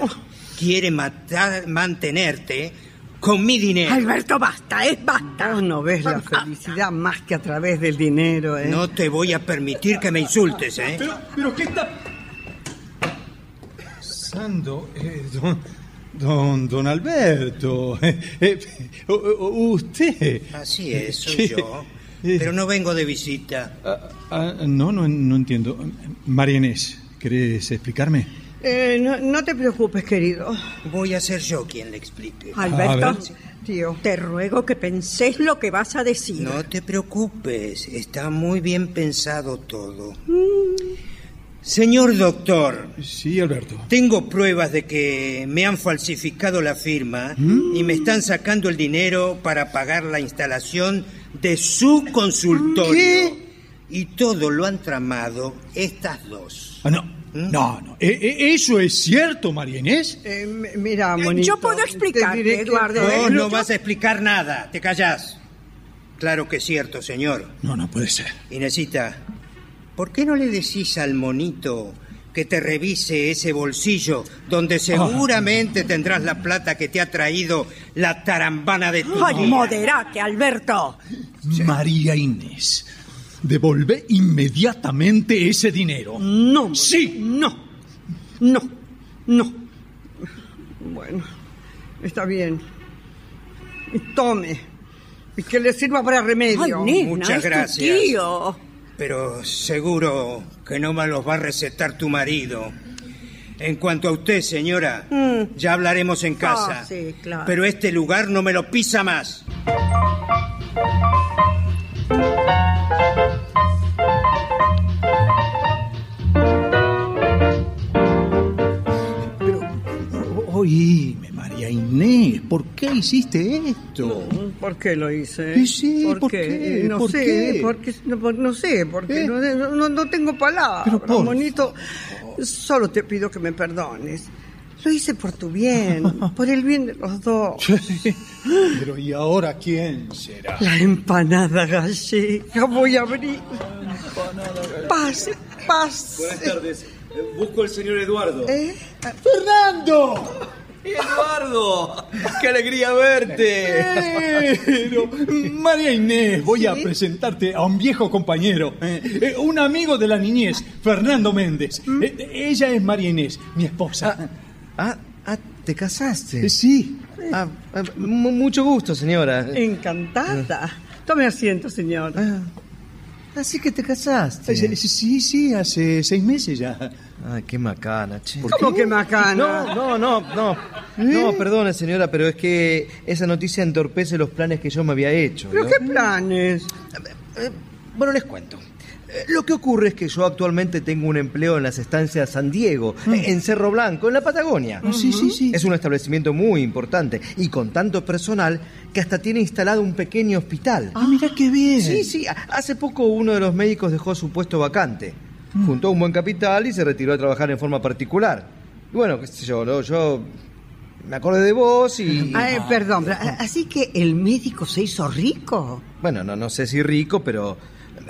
Speaker 4: Quiere matar, mantenerte con mi dinero.
Speaker 6: Alberto, basta, es basta.
Speaker 1: Vos no ves la felicidad más que a través del dinero, ¿eh?
Speaker 4: No te voy a permitir que me insultes, ¿eh?
Speaker 7: Pero, pero ¿qué está pasando, eh, don, don, don Alberto? Eh, eh, u- u- usted.
Speaker 4: Así es, soy yo.
Speaker 7: Eh,
Speaker 4: Pero no vengo de visita.
Speaker 7: ah, ah, no, no, no entiendo. María Inés, ¿querés explicarme?
Speaker 1: Eh, no, no te preocupes, querido.
Speaker 4: Voy a ser yo quien le explique.
Speaker 7: A
Speaker 6: Alberto,
Speaker 7: ver.
Speaker 1: Tío.
Speaker 6: te ruego que pensés lo que vas a decir.
Speaker 4: No te preocupes, está muy bien pensado todo. Señor doctor,
Speaker 7: Sí, Alberto.
Speaker 4: tengo pruebas de que me han falsificado la firma y me están sacando el dinero para pagar la instalación de su consultorio. Y todo lo han tramado estas dos. ¿Mm?
Speaker 7: Ah, no, no, no. Eh, eh, ¿Eso es cierto, María Inés?
Speaker 1: Eh, m- mira,
Speaker 6: Eh,
Speaker 1: monito.
Speaker 6: yo puedo
Speaker 1: te
Speaker 6: explicarte,
Speaker 1: diré que-
Speaker 6: Eduardo,
Speaker 1: Eh,
Speaker 4: Vos
Speaker 6: pero
Speaker 4: no
Speaker 6: yo-
Speaker 4: vas a explicar nada, te callás. Claro que es cierto, señor.
Speaker 7: No, no puede ser.
Speaker 4: Inesita, ¿por qué no le decís al monito que te revise ese bolsillo donde seguramente tendrás la plata que te ha traído la tarambana de tu
Speaker 6: Ay,
Speaker 4: tía?
Speaker 6: moderate, Alberto.
Speaker 7: María Inés, devolvé inmediatamente ese dinero.
Speaker 1: No, monito,
Speaker 7: Sí.
Speaker 1: No. No. No. Bueno, está bien. Y tome. Y que le sirva para
Speaker 6: Ay,
Speaker 1: remedio.
Speaker 6: nena,
Speaker 4: muchas
Speaker 6: es tu
Speaker 4: gracias.
Speaker 6: tío.
Speaker 4: Pero seguro que no me los va a recetar tu marido. En cuanto a usted, señora, ya hablaremos en casa.
Speaker 6: Ah, sí,
Speaker 1: Ah.
Speaker 6: claro.
Speaker 4: Pero este lugar no me lo pisa más.
Speaker 7: Pero, o- oíme, María Inés, ¿por qué hiciste esto?
Speaker 1: ¿Por qué lo hice?
Speaker 7: Sí, sí, ¿por qué?
Speaker 1: No
Speaker 7: ¿Por
Speaker 1: sé,
Speaker 7: qué?
Speaker 1: Porque, no, por- no sé, porque
Speaker 7: ¿Eh?
Speaker 1: no, no- no tengo palabras.
Speaker 7: Pero, por
Speaker 1: monito, solo te pido que me perdones. Lo hice por tu bien, por el bien de los dos.
Speaker 7: Pero ¿y ahora quién será?
Speaker 1: La empanada gallega voy a abrir. Pase, pase. Buenas tardes. Eh, Busco al señor Eduardo.
Speaker 9: ¿Eh?
Speaker 10: Eduardo, qué alegría verte.
Speaker 7: Pero, María Inés, voy a presentarte a un viejo compañero, eh, eh, un amigo de la niñez, Fernando Méndez.
Speaker 10: ¿Mm?
Speaker 7: Eh, ella es María Inés, mi esposa.
Speaker 11: Ah, ah, ¿te casaste?
Speaker 7: Eh, Sí.
Speaker 11: Ah, ah, mu- mucho gusto, señora.
Speaker 1: Encantada. Tome asiento, señor.
Speaker 11: Ah, así que te casaste.
Speaker 7: Eh, Sí, sí, hace seis meses ya.
Speaker 11: Ay, qué macana, che.
Speaker 1: ¿Cómo que macana?
Speaker 11: No, no, no,
Speaker 7: ¿Eh?
Speaker 11: no. No, perdone, señora, pero es que esa noticia entorpece los planes que yo me había hecho.
Speaker 1: ¿Pero
Speaker 11: ¿no?
Speaker 1: qué planes?
Speaker 11: Eh, Bueno, les cuento. Eh, Lo que ocurre es que yo actualmente tengo un empleo en las estancias San Diego, eh, en Cerro Blanco, en la Patagonia.
Speaker 7: Mm. Ah, Sí, sí, sí.
Speaker 11: Es un establecimiento muy importante y con tanto personal que hasta tiene instalado un pequeño hospital.
Speaker 7: Ah, mira qué bien.
Speaker 11: Sí, sí, a- hace poco uno de los médicos dejó su puesto vacante.
Speaker 7: Mm.
Speaker 11: Juntó un buen capital y se retiró a trabajar en forma particular. Y bueno, qué sé yo, ¿no? yo me acordé de vos y...
Speaker 1: Ah, eh, perdón, pero, a- así que el médico se hizo rico.
Speaker 11: Bueno, no, no sé si rico, pero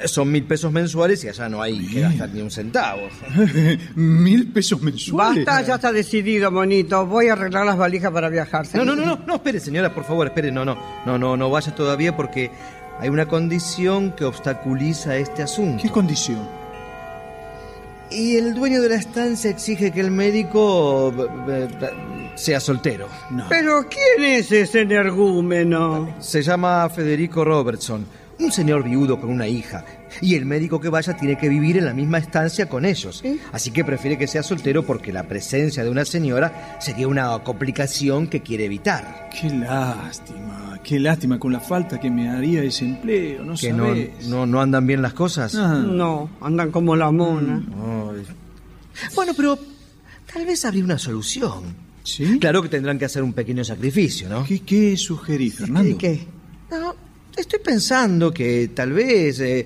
Speaker 11: son mil pesos mensuales y allá no hay que gastar ni un centavo.
Speaker 7: Mil pesos mensuales.
Speaker 1: Basta, ya está decidido, monito. Voy a arreglar las valijas para viajar.
Speaker 11: No,
Speaker 1: señor.
Speaker 11: no, no, no, no, espere, señora, por favor, espere, no, no, no, no, no vaya todavía porque hay una condición que obstaculiza este asunto.
Speaker 7: ¿Qué condición?
Speaker 11: Y el dueño de la estancia exige que el médico eh, eh, sea soltero.
Speaker 1: Pero ¿quién es ese energúmeno?
Speaker 11: Se llama Federico Robertson, un señor viudo con una hija. Y el médico que vaya tiene que vivir en la misma estancia con ellos. Así que prefiere que sea soltero porque la presencia de una señora sería una complicación que quiere evitar.
Speaker 7: Qué lástima, qué lástima con la falta que me haría ese empleo, no
Speaker 11: Que no,
Speaker 7: sabés.
Speaker 11: no, no andan bien las cosas.
Speaker 7: Ah.
Speaker 1: No, andan como la mona.
Speaker 11: Ay. Bueno, pero tal vez habría una solución.
Speaker 7: ¿Sí?
Speaker 11: Claro que tendrán que hacer un pequeño sacrificio, ¿no?
Speaker 7: ¿Qué, qué sugerís, Fernando?
Speaker 1: ¿Y qué?
Speaker 11: No, estoy pensando que tal vez, eh,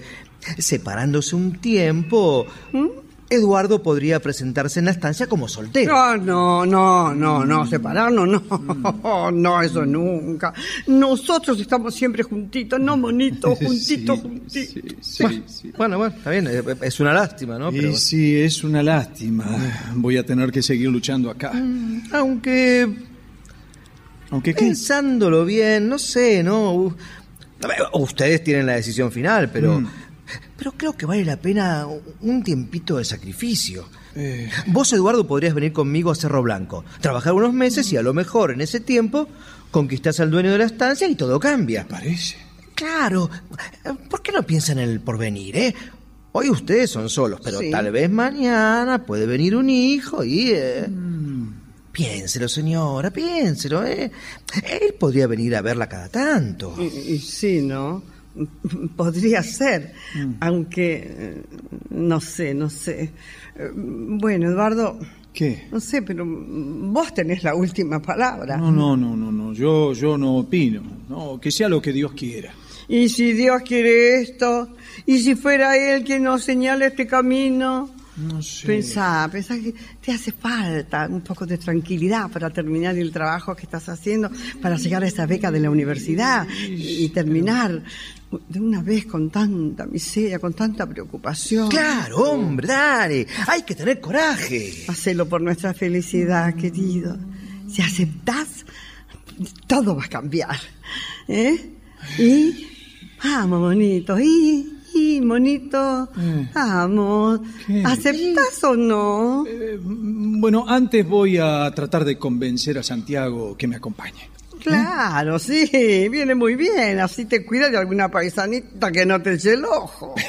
Speaker 11: separándose un tiempo,
Speaker 1: ¿Mm?
Speaker 11: Eduardo podría presentarse en la estancia como soltero.
Speaker 1: No, no, no, no, no, separarnos, no,
Speaker 7: Mm.
Speaker 1: no, eso nunca. Nosotros estamos siempre juntitos, no, monito, juntitos,
Speaker 7: Sí,
Speaker 1: juntitos.
Speaker 7: sí, sí,
Speaker 11: bueno,
Speaker 7: sí.
Speaker 11: bueno, bueno, está bien, eh, es una lástima, ¿no? Pero-
Speaker 7: Y sí, es una
Speaker 10: Mm.
Speaker 7: lástima. Voy a tener que seguir luchando acá.
Speaker 11: aunque... Aunque Pensándolo bien, no sé, ¿no? U- a ver, Ustedes tienen la decisión final, pero.
Speaker 12: Mm.
Speaker 11: Pero creo que vale la pena un tiempito de sacrificio.
Speaker 13: Eh.
Speaker 11: Vos, Eduardo, podrías venir conmigo a Cerro Blanco, trabajar unos meses y a lo mejor en ese tiempo conquistás al dueño de la estancia y todo cambia.
Speaker 7: parece?
Speaker 11: Claro. ¿Por qué no piensan en el porvenir, eh? Hoy ustedes son solos, pero
Speaker 8: Sí.
Speaker 11: tal vez mañana puede venir un hijo y... eh, Piénselo, señora, piénselo, ¿eh? Él podría venir a verla cada tanto.
Speaker 1: Y, y sí, ¿no? Podría ser,
Speaker 7: Mm.
Speaker 1: aunque eh, no sé, no sé. Eh, Bueno, Eduardo,
Speaker 7: ¿Qué?
Speaker 1: no sé, pero mm, vos tenés la última palabra.
Speaker 7: No, no, no, no, no. Yo, yo no opino. No, que sea lo que Dios quiera.
Speaker 1: Y si Dios quiere esto, y si fuera Él quien nos señala este camino,
Speaker 7: No sé.
Speaker 1: pensá, pensá que te hace falta un poco de tranquilidad para terminar el trabajo que estás haciendo, para llegar a esa beca de la universidad y, y terminar de una vez con tanta miseria, con tanta preocupación.
Speaker 11: Claro, hombre, dale, hay que tener coraje.
Speaker 1: Hacelo por nuestra felicidad, querido. Si aceptás, todo va a cambiar. ¿Eh? Y vamos, monito, y, y monito,
Speaker 7: Mm.
Speaker 1: vamos. ¿Aceptás o no?
Speaker 7: Eh, Bueno, antes voy a tratar de convencer a Santiago que me acompañe. ¿eh?
Speaker 1: Claro, sí, viene muy bien. Así te cuida de alguna paisanita que no te eche el ojo.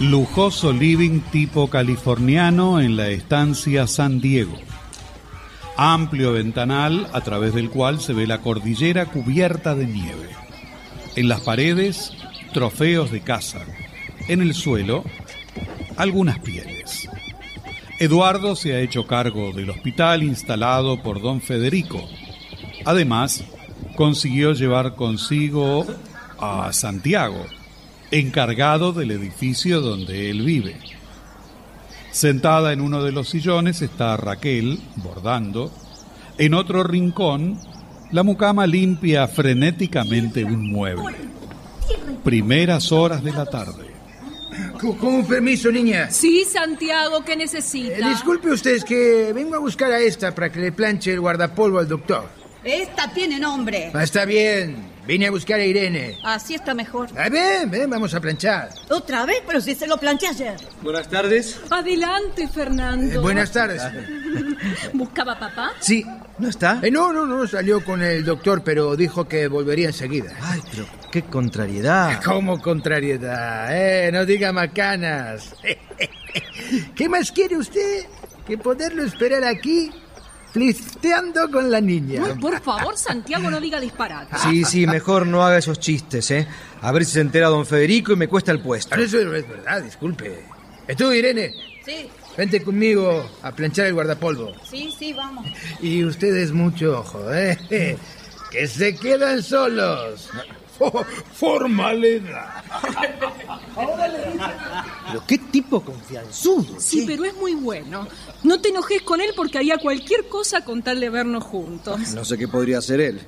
Speaker 2: Lujoso living tipo californiano en la estancia San Diego. Amplio ventanal a través del cual se ve la cordillera cubierta de nieve. En las paredes, trofeos de caza. En el suelo, algunas pieles. Eduardo se ha hecho cargo del hospital instalado por don Federico. Además, consiguió llevar consigo a Santiago, encargado del edificio donde él vive. Sentada en uno de los sillones está Raquel, bordando. En otro rincón, la mucama limpia frenéticamente un mueble. Primeras horas de la tarde.
Speaker 8: Con, con permiso, niña.
Speaker 14: Sí, Santiago, ¿qué necesita?
Speaker 8: Eh, disculpe usted, es que vengo a buscar a esta para que le planche el guardapolvo al doctor.
Speaker 9: Esta tiene nombre.
Speaker 8: Ah, está bien. Vine a buscar a Irene.
Speaker 9: Así está mejor.
Speaker 8: Ah, ven, ven, vamos a planchar.
Speaker 9: ¿Otra vez? Pero si se lo planché ayer.
Speaker 8: Buenas tardes.
Speaker 14: Adelante,
Speaker 11: Eh,
Speaker 14: Fernando.
Speaker 8: Eh, buenas tardes.
Speaker 14: ¿Buscaba a papá?
Speaker 8: Sí, ¿no está? no, no, no, salió con el doctor, pero dijo que volvería enseguida. Ay, pero
Speaker 11: Qué contrariedad.
Speaker 8: ¿Cómo contrariedad? Eh, no diga macanas. ¿Qué más quiere usted que poderlo esperar aquí flisteando con la niña?
Speaker 14: Uy, por favor, Santiago, no diga disparates.
Speaker 11: Sí, sí, mejor no haga esos chistes, ¿eh? A ver si se entera don Federico y me cuesta el puesto.
Speaker 8: Pero eso no es verdad, Ah, disculpe. Eh, Tú, Irene? Sí. Vente conmigo a planchar el guardapolvo.
Speaker 9: Sí, sí, vamos.
Speaker 8: Y ustedes mucho ojo, ¿eh? Que se quedan solos. Fo- Formalidad.
Speaker 11: Pero qué tipo confianzudo.
Speaker 14: Sí, pero es muy bueno. No te enojes con él porque haría cualquier cosa con tal de vernos juntos.
Speaker 11: No sé qué podría hacer él.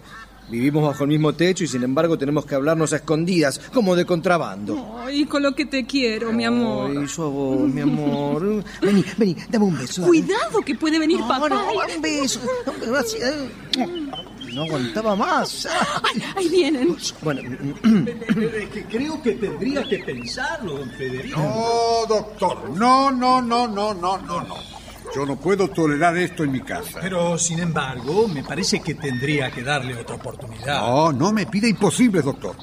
Speaker 11: Vivimos bajo el mismo techo y sin embargo tenemos que hablarnos a escondidas, como de contrabando.
Speaker 14: Ay, con lo que te quiero, mi amor.
Speaker 11: Ay, yo a vos, mi amor. Vení, vení, dame un beso. dame.
Speaker 14: Cuidado que puede venir
Speaker 11: No,
Speaker 14: papá.
Speaker 11: no, un beso. No aguantaba más.
Speaker 14: Ay, ahí vienen.
Speaker 11: Bueno,
Speaker 7: creo que tendría que pensarlo, don Federico.
Speaker 13: No, doctor, no, no, no, no, no, no, no. Yo no puedo tolerar esto en mi casa.
Speaker 7: Pero, sin embargo, me parece que tendría que darle otra oportunidad.
Speaker 13: No, no me pida imposibles, doctor.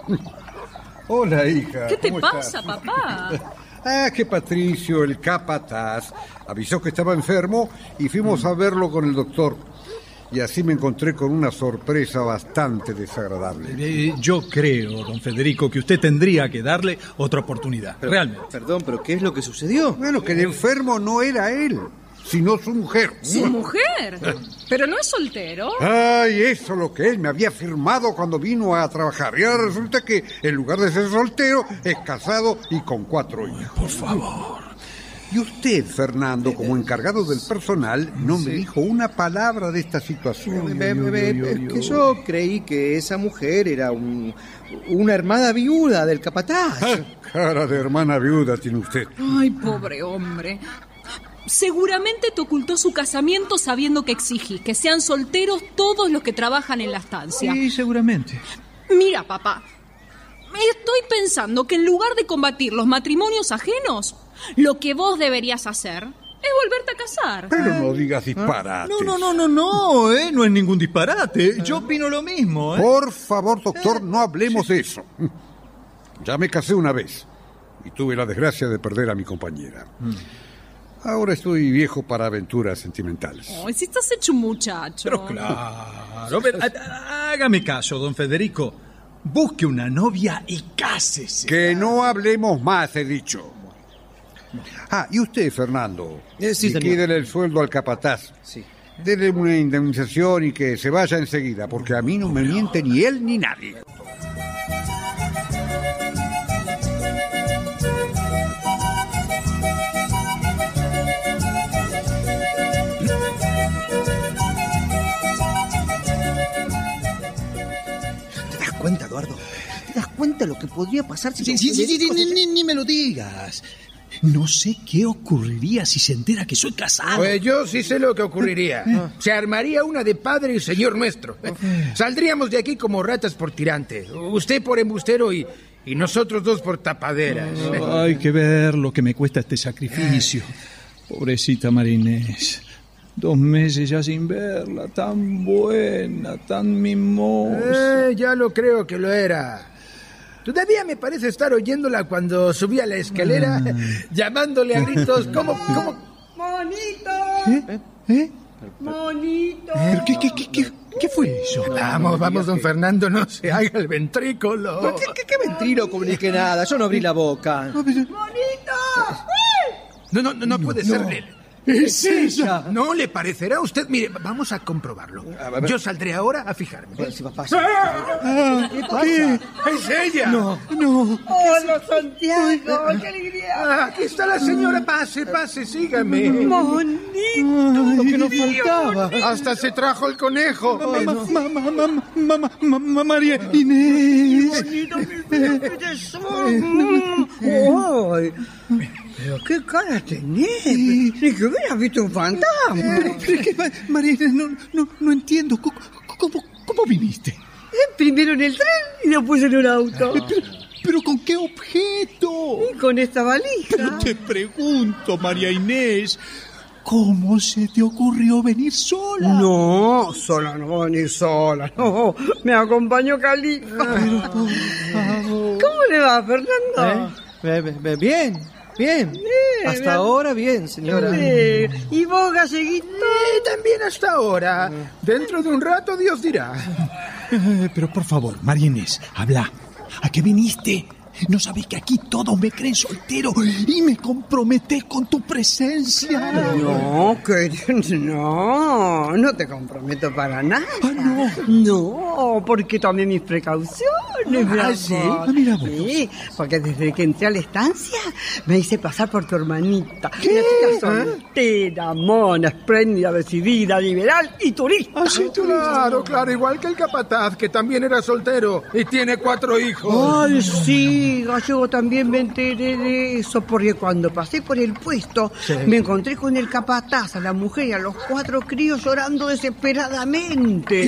Speaker 13: Hola, hija.
Speaker 14: ¿Qué te
Speaker 13: ¿cómo
Speaker 14: pasa,
Speaker 13: estás?
Speaker 14: papá?
Speaker 13: Ah, que Patricio, el capataz, avisó que estaba enfermo y fuimos a verlo con el doctor. Y así me encontré con una sorpresa bastante desagradable.
Speaker 7: Eh, yo creo, don Federico, que usted tendría que darle otra oportunidad, realmente.
Speaker 11: Perdón, pero ¿qué es lo que sucedió?
Speaker 13: Bueno, que el enfermo no era él, sino su mujer.
Speaker 14: ¿Su mujer?
Speaker 11: Eh.
Speaker 14: ¿Pero no es soltero?
Speaker 13: Ay, eso lo que él me había firmado cuando vino a trabajar. Y ahora resulta que en lugar de ser soltero, es casado y con cuatro hijos. Por favor. Y usted, Fernando, como encargado del personal, no me dijo una palabra de esta situación.
Speaker 11: Ve- ve- ve- es que yo creí que esa mujer era un- una hermana viuda del capataz.
Speaker 13: Ah, Cara de hermana viuda tiene usted.
Speaker 14: Ay, pobre hombre. Seguramente te ocultó su casamiento sabiendo que exigís que sean solteros todos los que trabajan en la estancia.
Speaker 7: Sí, seguramente.
Speaker 14: Mira, papá, estoy pensando que en lugar de combatir los matrimonios ajenos, lo que vos deberías hacer es volverte a casar.
Speaker 13: Pero no
Speaker 11: Ah.
Speaker 13: digas disparates.
Speaker 7: No, no, no, no, no, eh, no es ningún disparate. Yo opino lo mismo, eh.
Speaker 13: Por favor, doctor, no hablemos de eso. Ya me casé una vez y tuve la desgracia de perder a mi compañera. Ahora estoy viejo para aventuras sentimentales.
Speaker 14: Ay, si estás hecho un muchacho.
Speaker 7: Claro, pero, há- hágame caso, don Federico. Busque una novia y cásese.
Speaker 13: Que no hablemos más, he dicho. Ah, y usted, Fernando,
Speaker 11: Eh, sí, señor.
Speaker 13: liquídele el sueldo al capataz. Sí. Dele una indemnización y que se vaya enseguida, porque a mí no me miente ni él ni nadie.
Speaker 11: ¿Te das cuenta, Eduardo? ¿Te das cuenta lo que podría pasar si...
Speaker 7: Sí, sí, sí, sí, ni, ni- ni me lo digas. No sé qué ocurriría si se entera que soy casado.
Speaker 8: Pues yo sí sé lo que ocurriría. Se armaría una de padre y señor nuestro. Saldríamos de aquí como ratas por tirante. Usted por embustero y, y nosotros dos por tapaderas.
Speaker 7: Hay que ver lo que me cuesta este sacrificio. Pobrecita Marinés. Dos meses ya sin verla, tan buena, tan mimosa.
Speaker 8: Eh, ya lo creo que lo era. Todavía me parece estar oyéndola cuando subía la escalera, Mm. llamándole a gritos, ¿cómo, cómo?
Speaker 9: Eh,
Speaker 8: ¿Eh?
Speaker 6: ¡Monito! ¡Monito!
Speaker 7: qué, qué, qué, qué, qué fue eso?
Speaker 8: Vamos, vamos, don Fernando, no se haga el ventrículo.
Speaker 11: ¿Qué, qué, qué ventríloco ni que nada? Yo no abrí la boca.
Speaker 8: No, no, no, no puede ser él.
Speaker 7: Es ella.
Speaker 8: No le parecerá a usted. Mire, vamos a comprobarlo.
Speaker 11: ver.
Speaker 8: Yo saldré ahora a fijarme. Ah,
Speaker 11: Ah, ¿Qué pasa?
Speaker 8: ¡Es ella!
Speaker 7: No, no.
Speaker 6: ¡Hola, Santiago! ¡Qué alegría!
Speaker 8: Ah, Aquí está la señora. Pase, pase, sígame.
Speaker 6: ¡Monito!
Speaker 7: Lo que nos faltaba.
Speaker 8: Hasta se trajo el conejo.
Speaker 7: Mamá, mamá, mamá, mamá, mamá, María Inés. Eh,
Speaker 1: ¡Ay! Pero qué cara tenés. Ni que hubieras visto un fantasma.
Speaker 7: Eh, Pero es que, Ma- María Inés, no, no, no entiendo. ¿Cómo, cómo, cómo viniste? Eh,
Speaker 1: Eh, Primero en el tren y después en un auto.
Speaker 7: ¿Pero con qué objeto?
Speaker 1: Y con esta valija.
Speaker 7: Pero te pregunto, María Inés, ¿cómo se te ocurrió venir sola?
Speaker 1: No, sola no, ni sola, no. Me acompañó Califa. ¿Cómo le va, Fernando?
Speaker 11: Ve- ve- ve- Eh, Bien, bien. Hasta
Speaker 1: bien.
Speaker 11: ahora bien, señora.
Speaker 1: Eh, ¿Y vos, Galleguito?
Speaker 8: Eh, también hasta ahora. Dentro de un rato Dios dirá.
Speaker 7: Eh, pero por favor, María Inés, habla. ¿A qué viniste? No sabés que aquí todos me creen soltero y me comprometés con tu presencia.
Speaker 1: No, que no, no te comprometo para nada. no. porque tomé mis precauciones. mi
Speaker 7: Ah,
Speaker 1: amor.
Speaker 7: ¿sí? Ah, mira vos.
Speaker 1: Sí, porque desde que entré a la estancia me hice pasar por tu hermanita. Una chica soltera, mona, espléndida, decidida, liberal y turista.
Speaker 8: Claro, claro, igual que el capataz, que también era soltero y tiene cuatro hijos.
Speaker 1: Ay, sí, gallego, también me enteré de eso, porque cuando pasé por el puesto me encontré con el capataz, a la mujer y a los cuatro críos llorando desesperadamente.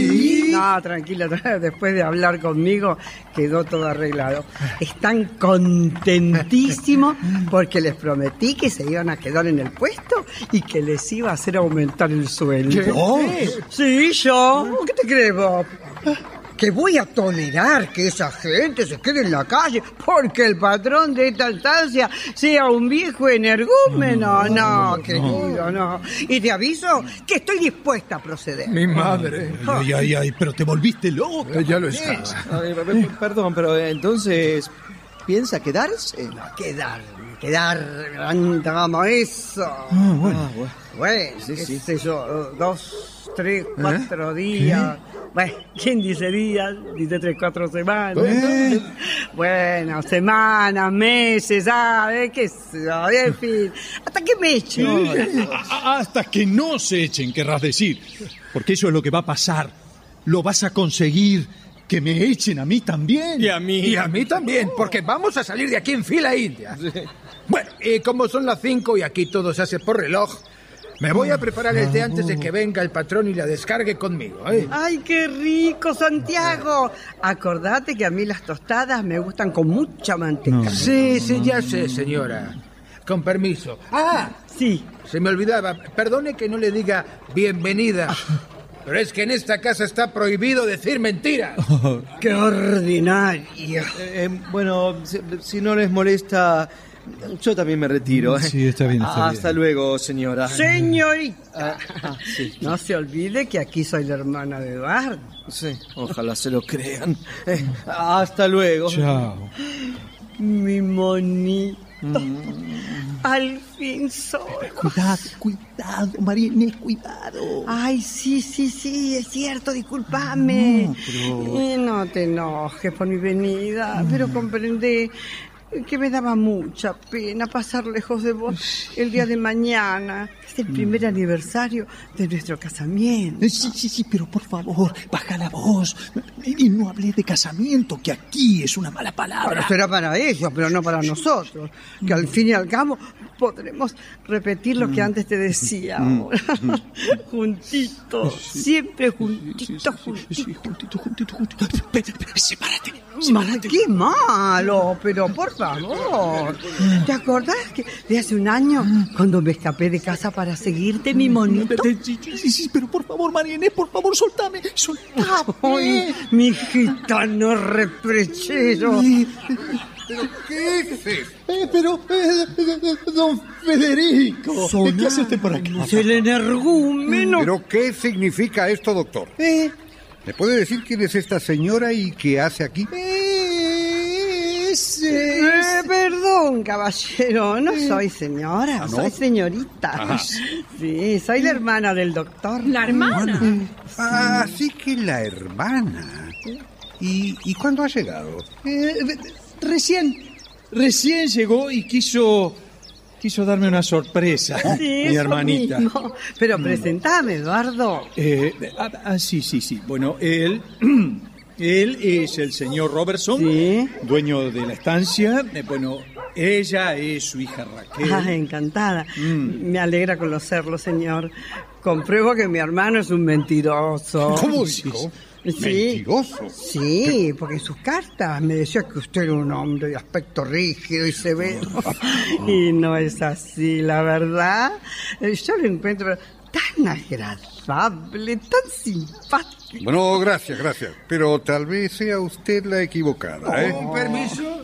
Speaker 1: No, tranquila, tra- después de hablar conmigo quedó todo arreglado. Están contentísimos porque les prometí que se iban a quedar en el puesto y que les iba a hacer aumentar el sueldo. Oh, Sí, yo. ¿Qué te crees, Bob? Que voy a tolerar que esa gente se quede en la calle porque el patrón de esta estancia sea un viejo energúmeno. No, querido, no. Y te aviso que estoy dispuesta a proceder.
Speaker 8: Mi madre. Eh,
Speaker 7: Ay, ay, ay, pero te volviste loca.
Speaker 8: Ya lo estaba.
Speaker 11: Ay, pe- pe- Perdón, pero eh, entonces
Speaker 12: ¿Piensa quedarse?
Speaker 1: Quedar, quedar, gran drama, eso.
Speaker 12: Ah, bueno.
Speaker 1: Ah, bueno. Bueno,
Speaker 12: Sí,
Speaker 1: qué
Speaker 12: sí. ¿Eh?
Speaker 1: sé yo, dos, tres, cuatro días. Bueno, ¿quién dice días? Dice tres, cuatro semanas.
Speaker 12: ¿Eh?
Speaker 1: Bueno, semanas, meses, ¿sabes? ¿Qué sé yo? En fin, ¿hasta qué me echo?
Speaker 7: A- a- Hasta que no se echen, querrás decir. Porque eso es lo que va a pasar. Lo vas a conseguir. Que me echen a mí también. Y a mí.
Speaker 8: Y a mí también, porque vamos a salir de aquí en fila india. Bueno, y como son las 5 y aquí todo se hace por reloj, me voy a preparar el té antes de que venga el patrón y la descargue conmigo. ¿eh?
Speaker 1: Ay, qué rico, Santiago. Acordate que a mí las tostadas me gustan con mucha manteca.
Speaker 8: Sí, sí, ya sé, señora. Con permiso. ¡Ah!
Speaker 1: Sí.
Speaker 8: Se me olvidaba. Perdone que no le diga bienvenida. Pero es que en esta casa está prohibido decir mentiras.
Speaker 1: ¡Qué
Speaker 11: Eh,
Speaker 1: ordinario!
Speaker 12: bueno, si, si no les molesta, yo también me retiro. ¿eh?
Speaker 1: Mm, Sí, está bien, está
Speaker 12: Hasta luego, señora.
Speaker 1: Señorita,
Speaker 12: Ah, sí.
Speaker 1: no se olvide que aquí soy la hermana de Eduardo.
Speaker 12: Sí. Ojalá se lo crean. Eh, hasta luego.
Speaker 1: Chao. Mi monito. Al fin soy.
Speaker 12: Mm. Cuidado, cuidado, María Inés, cuidado.
Speaker 1: Ay, sí, sí, sí, es cierto, discúlpame.
Speaker 12: No, pero-
Speaker 1: Eh, no te enojes por mi venida, pero comprendé que me daba mucha pena pasar lejos de vos el día de mañana. Es el primer aniversario de nuestro casamiento.
Speaker 7: Eh, Sí, sí, sí, pero por favor, baja la voz. Y no hablé de casamiento, que aquí es una mala
Speaker 1: Pero
Speaker 7: palabra.
Speaker 1: será para ellos, pero no para nosotros. Que al fin y al cabo podremos repetir lo que antes te decía.
Speaker 7: Mm.
Speaker 1: ahora. juntitos, siempre juntitos, juntitos, juntitos, Sepárate. ¡Qué malo! Pero por favor. ¿Te acordás que de hace un año, cuando me escapé de casa para seguirte, mi monito?
Speaker 7: Sí, sí, sí, pero por favor, María Inés, por favor, soltame.
Speaker 1: ¡Ay,
Speaker 7: Soltame.
Speaker 1: mi gitano reprechero!
Speaker 7: ¿Pero qué es pero, eh, don Federico, ¿qué hace usted por aquí?
Speaker 1: el energúmeno.
Speaker 13: ¿Pero qué significa esto, doctor?
Speaker 7: Eh,
Speaker 13: ¿Me puede decir quién es esta señora y qué hace aquí?
Speaker 1: Eh, perdón, caballero, no soy señora,
Speaker 13: ¿Ah, no?
Speaker 1: soy señorita.
Speaker 13: Ajá.
Speaker 1: Sí, soy la hermana del doctor. ¿La
Speaker 14: hermana?
Speaker 1: Ah,
Speaker 13: Así que la hermana. ¿Y, y cuándo ha llegado?
Speaker 7: Eh, recién, recién llegó y quiso, quiso darme una sorpresa, mi hermanita.
Speaker 13: Mm.
Speaker 1: Pero presentame, Eduardo.
Speaker 7: Eh, ah, ah, sí, sí, sí. Bueno, él, él es el señor Robertson, dueño de la estancia. Eh, bueno, ella es su hija Raquel.
Speaker 1: Ah, encantada.
Speaker 13: Mm.
Speaker 1: Me alegra conocerlo, señor. Compruebo que mi hermano es un mentiroso.
Speaker 13: ¿Cómo dijo?
Speaker 1: Sí.
Speaker 13: Mentiroso.
Speaker 1: Sí, porque en sus cartas me decía que usted era un hombre de aspecto rígido y severo. Y no es así, la verdad. Eh, Yo lo encuentro tan agradable, tan simpático.
Speaker 13: Bueno, gracias, gracias. Pero tal vez sea usted la equivocada, ¿eh?
Speaker 8: Con permiso,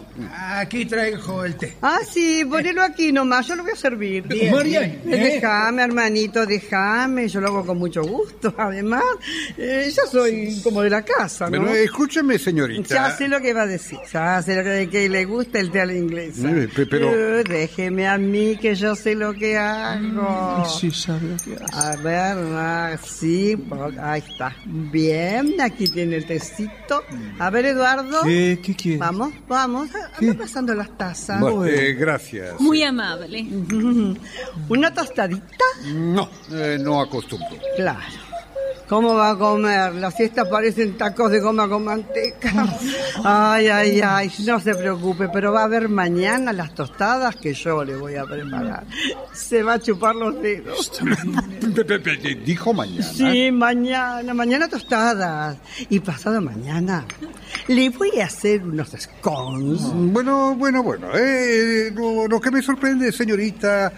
Speaker 8: aquí traigo el té.
Speaker 1: Ah, sí, ponelo aquí nomás, yo lo voy a servir.
Speaker 8: Bien, María, bien.
Speaker 1: Eh, Déjame, hermanito, déjame, yo lo hago con mucho gusto. Además, eh, yo soy como de la casa, Oh, ¿no?
Speaker 13: Bueno, escúcheme,
Speaker 1: Ya
Speaker 13: señorita.
Speaker 1: sé lo que va a decir, ya sé lo que, que le gusta el té a la inglesa.
Speaker 13: Eh, pe- pero-
Speaker 1: Eh, déjeme a mí que yo sé lo que hago.
Speaker 7: sabe lo que
Speaker 1: A ver, ah, sí, po- ahí está. Bien, aquí tiene el tecito. A ver, Eduardo.
Speaker 7: ¿Qué, qué quiere?
Speaker 1: Vamos, vamos, a- anda pasando las tazas.
Speaker 13: Bueno, eh, gracias.
Speaker 14: Muy amable.
Speaker 1: ¿Una tostadita?
Speaker 13: No, eh, no acostumbro.
Speaker 1: Claro. ¿Cómo va a comer? Las fiestas parecen tacos de goma con manteca. Ay, ay, ay, no se preocupe, pero va a haber mañana las tostadas que yo le voy a preparar. Se va a chupar los dedos.
Speaker 13: Pe- pe- pe- Dijo mañana.
Speaker 1: Sí, mañana, mañana tostadas. Y pasado mañana le voy a hacer unos scones.
Speaker 13: Bueno, bueno, bueno. eh, lo, lo que me sorprende, señorita,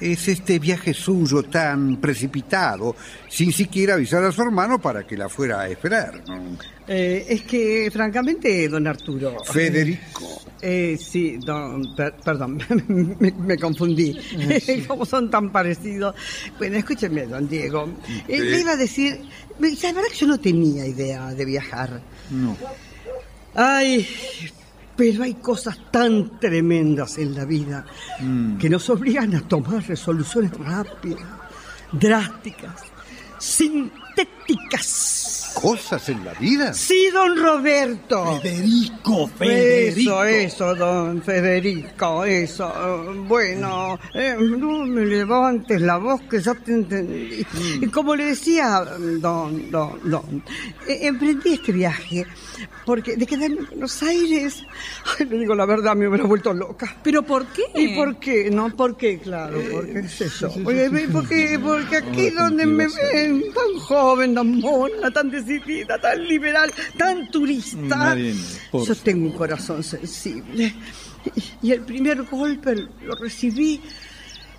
Speaker 13: es este viaje suyo tan precipitado, sin siquiera avisar a su hermano para que la fuera a esperar. ¿no?
Speaker 1: Eh, es que, francamente, don Arturo.
Speaker 13: Federico.
Speaker 1: Eh, sí, don, per- perdón, me, me confundí.
Speaker 13: Ah, sí.
Speaker 1: ¿Cómo son tan parecidos? Bueno, escúcheme, don Diego. Eh,
Speaker 13: Sí.
Speaker 1: le iba a decir, me- la verdad que yo no tenía idea de viajar.
Speaker 7: No.
Speaker 1: Ay, Pero hay cosas tan tremendas en la vida que nos obligan a tomar resoluciones rápidas, drásticas, sintéticas.
Speaker 13: ¿Cosas en la vida?
Speaker 1: Sí, don Roberto.
Speaker 13: Federico,
Speaker 1: Eso, eso, don Federico, eso. Bueno, eh, no me levantes la voz que ya te entendí.
Speaker 13: Mm.
Speaker 1: Y Como le decía, don, don, don, eh, emprendí este viaje porque de quedarme en Buenos Aires, ay, le digo la verdad, me hubiera vuelto loca.
Speaker 14: ¿Pero por qué?
Speaker 1: ¿Y por qué? No, ¿por qué? Claro, porque
Speaker 13: Eh,
Speaker 1: es eso. Porque, porque, porque aquí donde me ven, tan joven, tan mona, tan decidida, tan liberal, tan turista.
Speaker 15: Mariene, por
Speaker 1: Yo tengo un corazón sensible. Y, y el primer golpe lo recibí,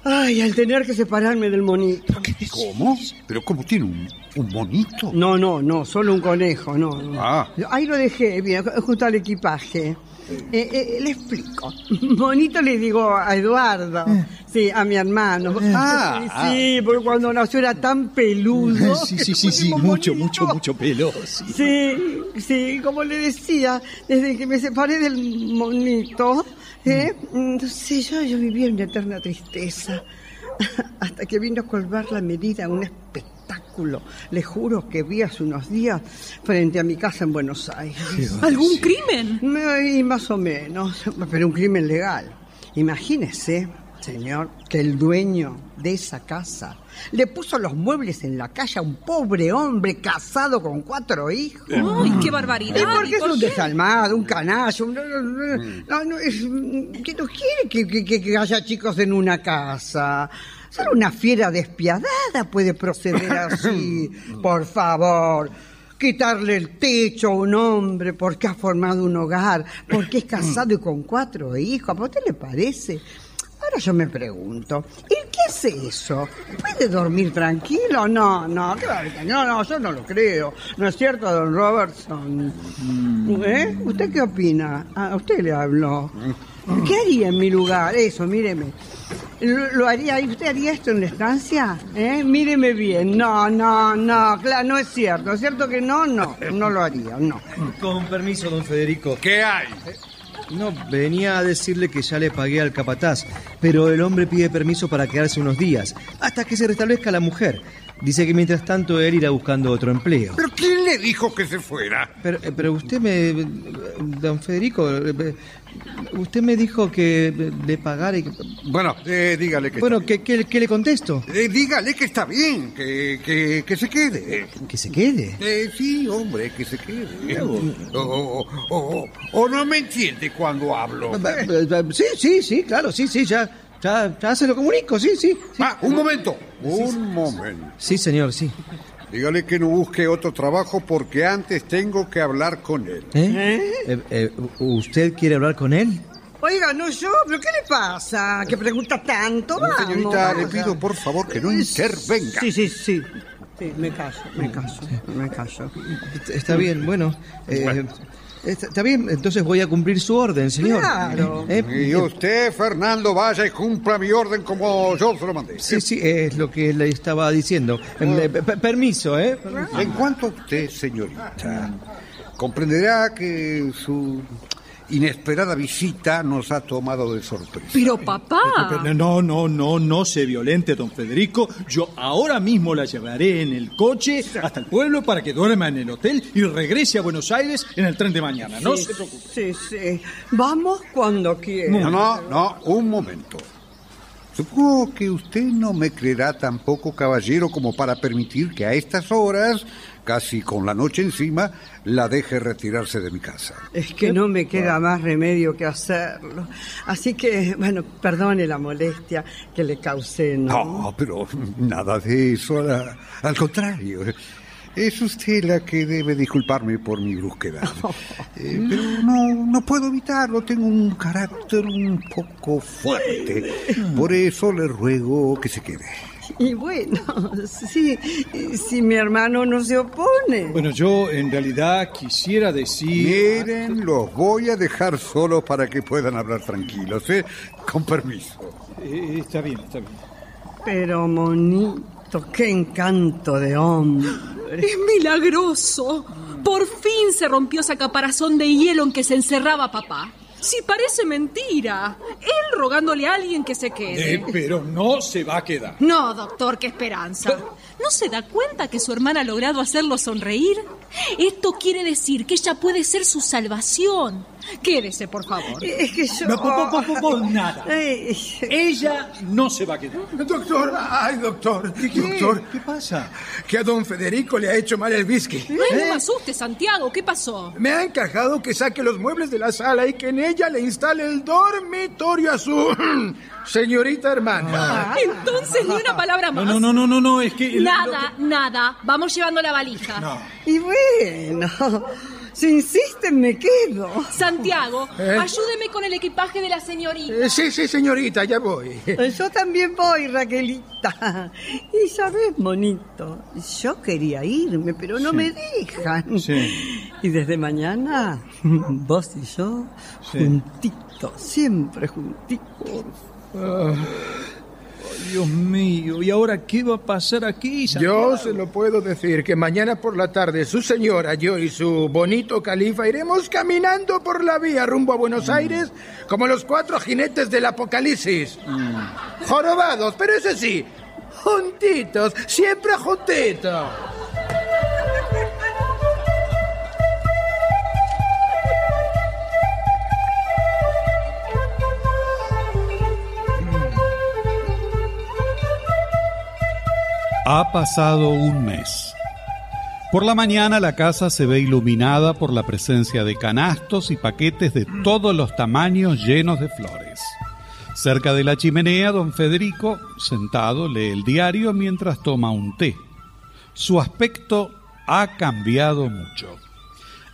Speaker 1: ay, al tener que separarme del monito.
Speaker 13: ¿Cómo? ¿Pero cómo tiene un, un monito?
Speaker 1: No, no, no, solo un conejo, no. no.
Speaker 13: Ah.
Speaker 1: Ahí lo dejé, bien, junto al equipaje. Eh, eh, le explico. Monito le digo a Eduardo, sí, a mi hermano.
Speaker 15: Eh. Ah,
Speaker 1: sí, porque cuando nació era tan peludo.
Speaker 15: Sí, sí, sí, sí, mucho, mucho, mucho pelo. sí.
Speaker 1: Sí, sí, como le decía, desde que me separé del monito, ¿eh?
Speaker 15: Mm.
Speaker 1: no sé, yo, yo vivía en eterna tristeza. Hasta que vino a colgar la medida un espectáculo. Le juro que vi hace unos días frente a mi casa en Buenos Aires.
Speaker 14: ¿Algún crimen?
Speaker 1: Y más o menos, pero un crimen legal. Imagínese, señor, que el dueño de esa casa le puso los muebles en la calle a un pobre hombre casado con cuatro hijos.
Speaker 14: ¡Ay, qué
Speaker 1: Y
Speaker 14: barbaridad!
Speaker 1: porque
Speaker 14: ¿Y
Speaker 1: es
Speaker 14: por
Speaker 1: un
Speaker 14: qué?
Speaker 1: desalmado, un canallo. un- No, no, no, no, no, es- ¿Qué no quiere que, que- que- que haya chicos en una casa? Solo una fiera despiadada puede proceder así. Por favor. Quitarle el techo a un hombre porque ha formado un hogar, porque es casado y con cuatro hijos. ¿A usted le parece? Ahora yo me pregunto, ¿y qué hace eso? ¿Puede dormir tranquilo? No, no, claro que no, no, yo no lo creo. ¿No es cierto, don Robertson? ¿Eh? ¿Usted qué opina? Ah, A usted le habló. ¿Qué haría en mi lugar? Eso, míreme. ¿Lo, lo haría? ¿Usted haría esto en la estancia? ¿Eh? Míreme bien. No, no, no, claro, no es cierto. ¿Es cierto que no? No, no lo haría, no.
Speaker 11: Con permiso, don Federico. Eh,
Speaker 13: ¿Qué hay?
Speaker 11: No, venía a decirle que ya le pagué al capataz, pero el hombre pide permiso para quedarse unos días, hasta que se restablezca la mujer. Dice que mientras tanto él irá buscando otro empleo.
Speaker 13: ¿Pero quién le dijo que se fuera?
Speaker 11: Pero, eh, pero usted me... Don Federico, eh, usted me dijo que le pagara y...
Speaker 13: Bueno, eh, dígale que...
Speaker 11: Bueno, ¿qué, qué- qué le contesto?
Speaker 13: Eh, dígale que está bien, que, que, que se quede.
Speaker 11: Que se quede.
Speaker 13: Eh, sí, hombre, que se quede. Oh, O, o- o- o oh, no me entiende cuando hablo.
Speaker 11: Sí, sí, sí, claro, sí, sí, ya, ya, ya se lo comunico, sí, sí.
Speaker 13: Ah, un momento. Un momento.
Speaker 11: Sí, señor, sí.
Speaker 13: Dígale que no busque otro trabajo porque antes tengo que hablar con él.
Speaker 11: ¿Eh? Eh, eh, ¿Usted quiere hablar con él?
Speaker 1: Oiga, no yo, ¿pero qué le pasa? ¿Que pregunta tanto? Vamos.
Speaker 13: Señorita, le
Speaker 1: vamos.
Speaker 13: pido por favor que no intervenga.
Speaker 1: Sí, sí, sí. Sí, me caso, me caso, me caso.
Speaker 11: Mm, Está bien, bueno. eh, está, está bien, entonces voy a cumplir su orden, señor.
Speaker 13: Claro.
Speaker 11: Eh,
Speaker 13: Y usted, Fernando, vaya y cumpla mi orden como yo se lo mandé.
Speaker 11: Sí, sí, es lo que le estaba diciendo. Eh, per- Permiso, ¿eh?
Speaker 13: En cuanto a usted, señorita, comprenderá que su inesperada visita nos ha tomado de sorpresa.
Speaker 14: Pero papá.
Speaker 7: Pero No, no, no, no se violente, don Federico. Yo ahora mismo la llevaré en el coche hasta el pueblo para que duerma en el hotel y regrese a Buenos Aires en el tren de mañana. No
Speaker 1: sí,
Speaker 7: se preocupe.
Speaker 1: Sí, sí. Vamos cuando quiera.
Speaker 13: No, no, no, un momento. Supongo que usted no me creerá tampoco, caballero, como para permitir que a estas horas, casi con la noche encima, la deje retirarse de mi casa.
Speaker 1: Es que no me queda más remedio que hacerlo. Así que, bueno, perdone la molestia que le causé, ¿no?
Speaker 13: No, pero nada de eso, al, al contrario. Es usted la que debe disculparme por mi brusquedad. Eh, pero no, no puedo evitarlo, tengo un carácter un poco fuerte. Por eso le ruego que se quede.
Speaker 1: Y bueno, sí, si mi hermano no se opone.
Speaker 7: Bueno, yo en realidad quisiera decir...
Speaker 13: Miren, los voy a dejar solos para que puedan hablar tranquilos, ¿eh? Con permiso.
Speaker 7: Eh, está bien, está bien.
Speaker 1: Pero, monito, qué encanto de hombre.
Speaker 14: Es milagroso. Por fin se rompió esa caparazón de hielo en que se encerraba papá. Si parece mentira. Él rogándole a alguien que se quede.
Speaker 15: Eh, pero no se va a quedar.
Speaker 14: No, doctor, qué esperanza. ¿No se da cuenta que su hermana ha logrado hacerlo sonreír? Esto quiere decir que ella puede ser su salvación. Quédese, por favor.
Speaker 1: Es que yo...
Speaker 15: No, po- po- po- po- nada. Ella no se va a quedar.
Speaker 8: Doctor, ay, doctor. Doctor, ¿qué pasa? Que a don Federico le ha hecho mal el whisky. ¿Eh?
Speaker 14: Ay, No me asustes, Santiago. ¿Qué pasó?
Speaker 8: Me ha encajado que saque los muebles de la sala y que en ella le instale el dormitorio a su señorita
Speaker 1: Ah.
Speaker 8: hermana.
Speaker 14: Entonces, ni una palabra más.
Speaker 8: no,
Speaker 15: no, no, no, es que...
Speaker 14: Nada, nada. Vamos llevando la valija.
Speaker 1: Y bueno, si insisten me quedo.
Speaker 14: Santiago,
Speaker 8: ¿Eh?
Speaker 14: ayúdeme con el equipaje de la señorita.
Speaker 8: Eh, sí, sí, señorita, ya voy.
Speaker 1: Yo también voy, Raquelita. Y sabes, monito, yo quería irme, pero no
Speaker 6: Sí.
Speaker 1: me dejan. Y desde mañana, vos y yo, juntitos, siempre juntitos.
Speaker 8: Ah, Dios mío, ¿y ahora qué va a pasar aquí? Yo se lo puedo decir, que mañana por la tarde su señora, yo y su bonito califa iremos caminando por la vía rumbo a Buenos Aires como los cuatro jinetes del apocalipsis. Jorobados, pero eso sí, juntitos, siempre juntitos.
Speaker 2: Ha pasado un mes. Por la mañana la casa se ve iluminada por la presencia de canastos y paquetes de todos los tamaños llenos de flores. Cerca de la chimenea, don Federico, sentado, lee el diario mientras toma un té. Su aspecto ha cambiado mucho.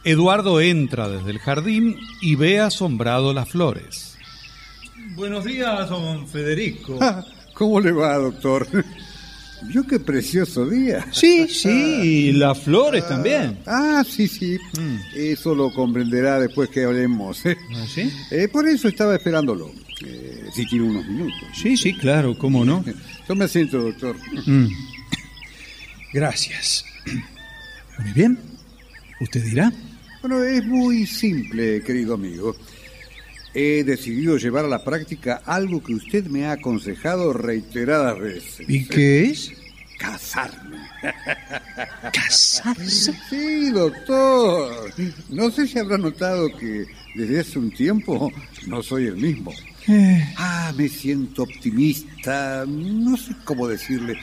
Speaker 2: Eduardo entra desde el jardín y ve asombrado las flores.
Speaker 7: Buenos días, don Federico.
Speaker 13: Ah, ¿Cómo le va, doctor? Yo qué precioso día.
Speaker 7: Sí, sí, y las flores también.
Speaker 13: Ah, sí, sí. Eso lo comprenderá después que hablemos. ¿eh?
Speaker 7: ¿Ah,
Speaker 13: Eh, por eso estaba esperándolo. Eh, si tiene unos minutos.
Speaker 7: Sí, sí, claro, cómo no.
Speaker 13: Yo me siento, doctor.
Speaker 7: Mm. Gracias. Muy bien. ¿Usted dirá?
Speaker 13: Bueno, es muy simple, querido amigo. He decidido llevar a la práctica algo que usted me ha aconsejado reiteradas veces.
Speaker 7: ¿Y qué es?
Speaker 13: Casarme. ¿Casarse? Ah, Sí, doctor. No sé si habrá notado que desde hace un tiempo no soy el mismo. Ah, me siento optimista, no sé cómo decirle, eh,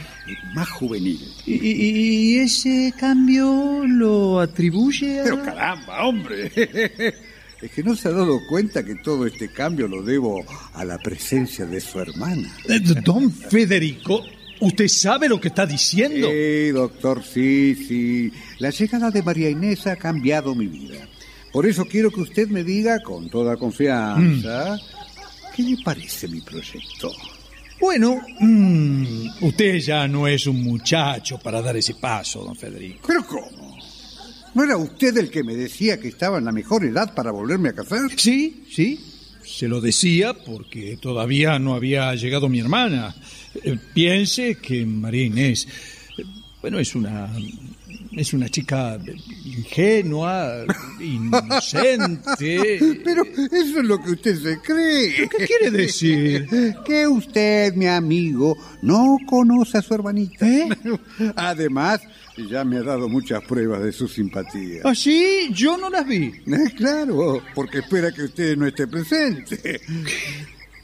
Speaker 13: más juvenil.
Speaker 12: ¿Y, y- y ese cambio lo atribuye a...?
Speaker 13: Pero caramba, hombre. Es que no se ha dado cuenta que todo este cambio lo debo a la presencia de su hermana.
Speaker 7: Eh, Don Federico, ¿usted sabe lo que está diciendo?
Speaker 13: Sí, doctor, sí, sí. La llegada de María Inés ha cambiado mi vida. Por eso quiero que usted me diga con toda confianza
Speaker 12: Mm.
Speaker 13: qué le parece mi proyecto.
Speaker 7: Bueno, mm, usted ya no es un muchacho para dar ese paso, don Federico.
Speaker 13: ¿Pero cómo? ¿No era usted el que me decía que estaba en la mejor edad para volverme a casar?
Speaker 7: Sí, sí. Se lo decía porque todavía no había llegado mi hermana. Eh, piense que María Inés, eh, bueno, es una es una chica eh, ingenua, inocente. Eh,
Speaker 13: Pero eso es lo que usted se cree.
Speaker 7: ¿Qué quiere decir?
Speaker 13: Que usted, mi amigo, no conoce a su hermanita.
Speaker 7: ¿Eh?
Speaker 13: Además, ya me ha dado muchas pruebas de su simpatía.
Speaker 7: ¿Ah, sí? Yo no las vi.
Speaker 13: Eh, Claro, porque espera que usted no esté presente.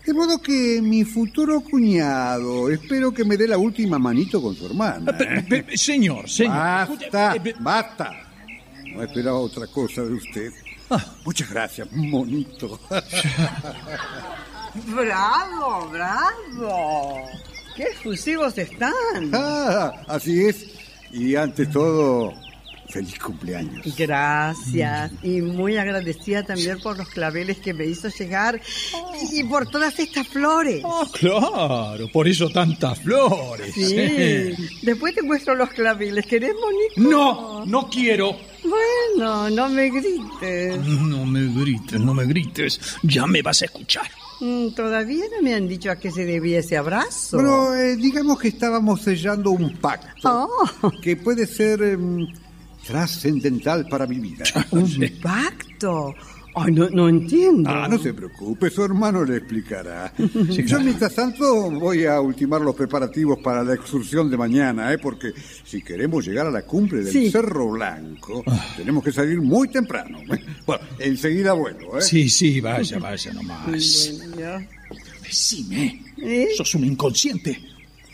Speaker 13: De modo que mi futuro cuñado, espero que me dé la última manito con su
Speaker 7: Ah,
Speaker 13: hermana.
Speaker 7: señor, señor.
Speaker 13: Basta, basta. No esperaba otra cosa de usted. Muchas gracias, monito.
Speaker 1: Bravo, bravo. Qué exclusivos están.
Speaker 13: Ah, así es. Y ante todo, feliz cumpleaños.
Speaker 1: Gracias y muy agradecida también por los claveles que me hizo llegar y y por todas estas flores.
Speaker 7: Claro, por eso tantas flores.
Speaker 1: Sí. Después te muestro los claveles. ¿Querés, Monique?
Speaker 7: No, no quiero.
Speaker 1: Bueno, no me grites.
Speaker 7: No me grites, no me grites. Ya me vas a escuchar.
Speaker 1: Mm, Todavía no me han dicho a qué se debía ese abrazo.
Speaker 13: Bueno, eh, digamos que estábamos sellando un pacto que puede ser em, trascendental para mi vida.
Speaker 1: ¿Pacto? Ay, no, no entiendo.
Speaker 13: Ah, no se preocupe, su hermano le explicará. Yo mientras tanto voy a ultimar los preparativos para la excursión de mañana, ¿eh? porque si queremos llegar a la cumbre del
Speaker 7: Sí.
Speaker 13: Cerro Blanco, tenemos que salir muy temprano. ¿eh? Bueno, enseguida vuelvo. ¿eh?
Speaker 7: Sí, sí, vaya, vaya nomás.
Speaker 15: Decime, sos un inconsciente.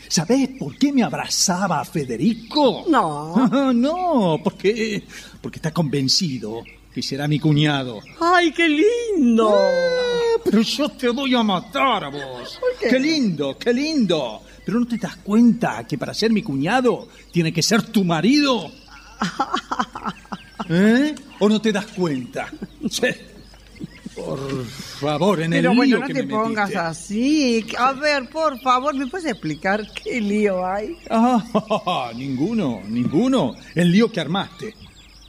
Speaker 15: ¿Sabés por qué me abrazaba a Federico?
Speaker 7: No. no, porque, porque está convencido que será mi cuñado.
Speaker 1: ¡Ay, qué lindo!
Speaker 7: Eh, pero yo te voy a matar a vos.
Speaker 1: qué?
Speaker 7: lindo, qué lindo! Pero no te das cuenta que para ser mi cuñado tiene que ser tu marido. ¿Eh? ¿O no te das cuenta? Che, Por favor, en el
Speaker 1: Pero bueno,
Speaker 7: lío
Speaker 1: no
Speaker 7: que
Speaker 1: te
Speaker 7: me
Speaker 1: pongas
Speaker 7: metiste.
Speaker 1: así. A ver, por favor, ¿me puedes explicar qué lío hay?
Speaker 7: Ah, ninguno, ninguno. El lío que armaste.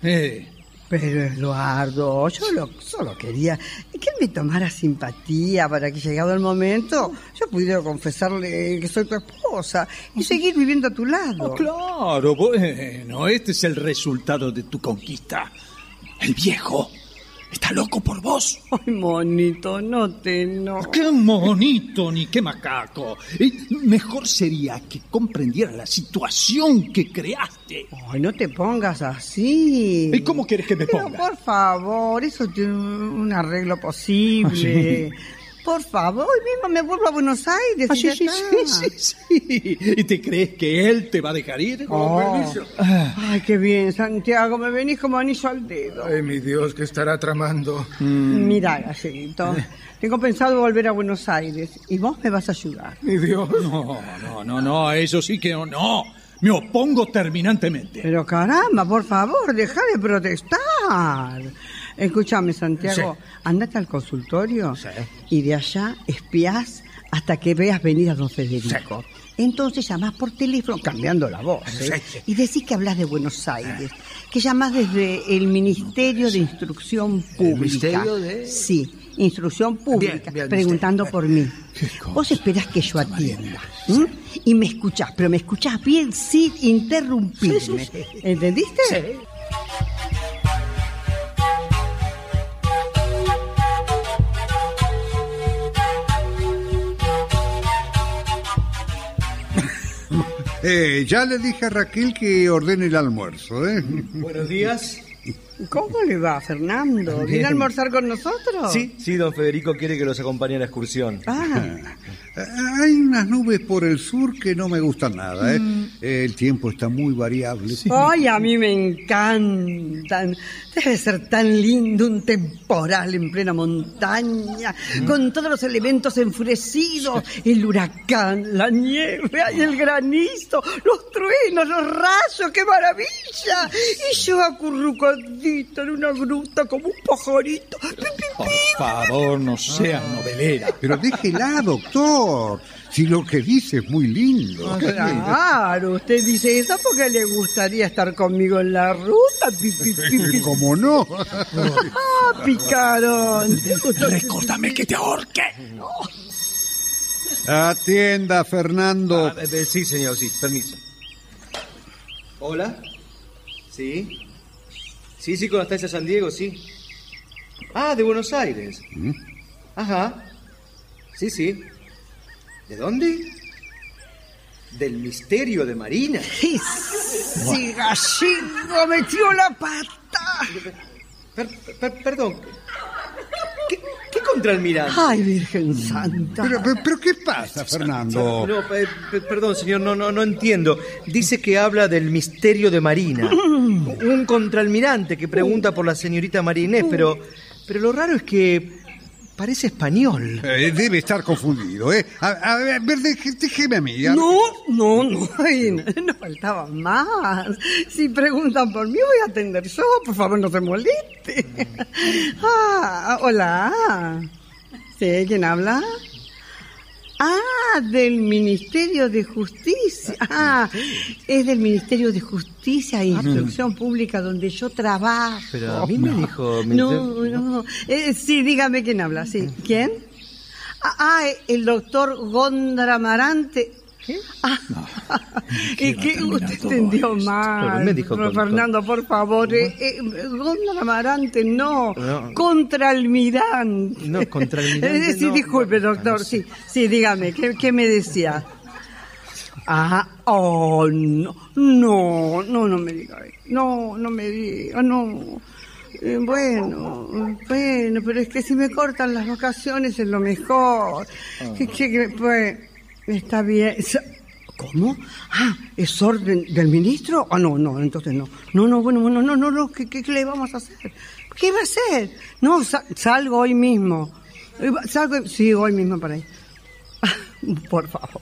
Speaker 7: Eh,
Speaker 1: Pero Eduardo, yo lo- solo quería que me tomara simpatía para que llegado el momento yo pudiera confesarle que soy tu esposa y seguir viviendo a tu lado.
Speaker 7: Oh, Claro, bueno, este es el resultado de tu conquista. El viejo está loco por vos.
Speaker 1: Ay, monito, no te no.
Speaker 7: Qué monito ni qué macaco. Eh, Mejor sería que comprendiera la situación que creaste.
Speaker 1: Ay, no te pongas así.
Speaker 7: ¿Y cómo quieres que me
Speaker 1: Pero
Speaker 7: ponga?
Speaker 1: por favor, eso tiene un un arreglo posible.
Speaker 7: Ah,
Speaker 1: Por favor, hoy mismo me vuelvo a Buenos Aires.
Speaker 7: Ah,
Speaker 1: y
Speaker 7: sí,
Speaker 1: ya
Speaker 7: sí,
Speaker 1: está.
Speaker 7: ¿Y te crees que él te va a dejar ir? Ah,
Speaker 1: Oh. Ay, qué bien, Santiago, me venís como anillo al dedo.
Speaker 8: Ay, mi Dios, ¿qué estará tramando?
Speaker 1: Mm. Mira, galleguito, tengo pensado volver a Buenos Aires y vos me vas a ayudar.
Speaker 7: Mi Dios. No, no, no, no, a eso sí que no, no. Me opongo terminantemente.
Speaker 1: Pero caramba, por favor, deja de protestar. Escúchame, Santiago, andate al consultorio y de allá espías hasta que veas venir a don Federico. Entonces llamás por teléfono cambiando la voz ¿eh? y decís que hablas de Buenos Aires,
Speaker 8: Ah.
Speaker 1: que llamás desde el Ministerio de Instrucción Pública.
Speaker 8: Ministerio de-
Speaker 1: Sí, Instrucción Pública,
Speaker 8: bien,
Speaker 1: preguntando por mí. Vos esperás que yo atienda ¿m? y me escuchás, pero me escuchás bien sin interrumpirme.
Speaker 5: Sí, sí, sí.
Speaker 1: ¿Entendiste?
Speaker 13: Eh, ya le dije a Raquel que ordene el almuerzo. ¿eh?
Speaker 11: Buenos días.
Speaker 1: ¿Cómo le va, Fernando? ¿Viene
Speaker 11: Bien.
Speaker 1: a almorzar con nosotros?
Speaker 11: Sí, sí, don Federico quiere que los acompañe a la excursión.
Speaker 1: Ah,
Speaker 13: Eh, Hay unas nubes por el sur que no me gustan nada. ¿eh?
Speaker 11: Mm.
Speaker 13: El tiempo está muy variable.
Speaker 1: Ay, a mí me encantan. Debe ser tan lindo un temporal en plena montaña, con todos los elementos enfurecidos, el huracán, la nieve, ay, el granizo, los truenos, los rayos, qué maravilla. Y yo acurrucadito en una gruta como un pajarito.
Speaker 7: Por favor, no seas novelera.
Speaker 13: Ah. Pero déjela, doctor. Si lo que dice es muy
Speaker 11: Ah,
Speaker 13: Ah, lindo.
Speaker 1: Claro, usted dice eso porque le gustaría estar conmigo en la ruta. Pi, pi, pi, pi.
Speaker 13: ¿Cómo no?
Speaker 1: ¡Ah, picarón!
Speaker 7: Recórdame que te ahorque.
Speaker 13: Atienda, Fernando.
Speaker 11: Ah, eh, eh, sí, señor, sí, permiso. ¿Hola? ¿Sí? Sí, sí, con Anastasia San Diego, sí. Ah, de Buenos Aires.
Speaker 13: ¿Mm?
Speaker 11: Ajá. Sí, sí. ¿De dónde? Del misterio de Marina.
Speaker 1: Sí, gallego, metió la pata.
Speaker 11: Per- per- perdón. ¿Qué, qué contraalmirante?
Speaker 1: Ay, Virgen Santa.
Speaker 13: Pero, pero- pero ¿qué pasa, Fernando?
Speaker 11: No, pe- pe- perdón, señor, no, no, no entiendo. Dice que habla del misterio de Marina. Un contraalmirante que pregunta por la señorita María Inés, pero, pero lo raro es que parece español.
Speaker 13: Eh, debe estar confundido, ¿eh? A, a ver, deje- déjeme a mí. a-
Speaker 1: No, no, no, ay, no, no faltaba más. Si preguntan por mí, voy a atender yo. Por favor, no se moleste. Ah, hola. ¿Sí? ¿Quién habla? Ah, del Ministerio de Justicia. Ah, es del Ministerio de Justicia e Instrucción Pública donde yo trabajo.
Speaker 11: Pero a mí me dijo... me-
Speaker 1: No, no. Eh, sí, dígame eh, quién habla, sí. ¿Quién? Ah, ah, el doctor Gondra Amarante. ¿Y qué usted entendió mal?
Speaker 11: Pero me dijo con-
Speaker 1: Fernando, por favor. eh, eh, Góndor Amarante, no.
Speaker 11: No.
Speaker 1: Contralmirante.
Speaker 11: No, contralmirante,
Speaker 1: Eh, sí,
Speaker 11: no.
Speaker 1: disculpe, doctor. Sí, sí, dígame, ¿qué, qué me decía? Ah, oh, no. No, no, no me diga. eso. No, no me diga, no. Eh, Bueno, bueno, pero es que si me cortan las vacaciones es lo mejor. Que- que- que, pues, está bien. Sa- ¿Cómo? Ah, ¿es orden del ministro? Ah, no, no, entonces no. No, no, bueno, bueno, no, no, no, ¿qué, qué, qué le vamos a hacer? ¿Qué va a hacer? No, sa- salgo hoy mismo. Eh, va- Salgo, sí, hoy mismo para ahí. Por favor.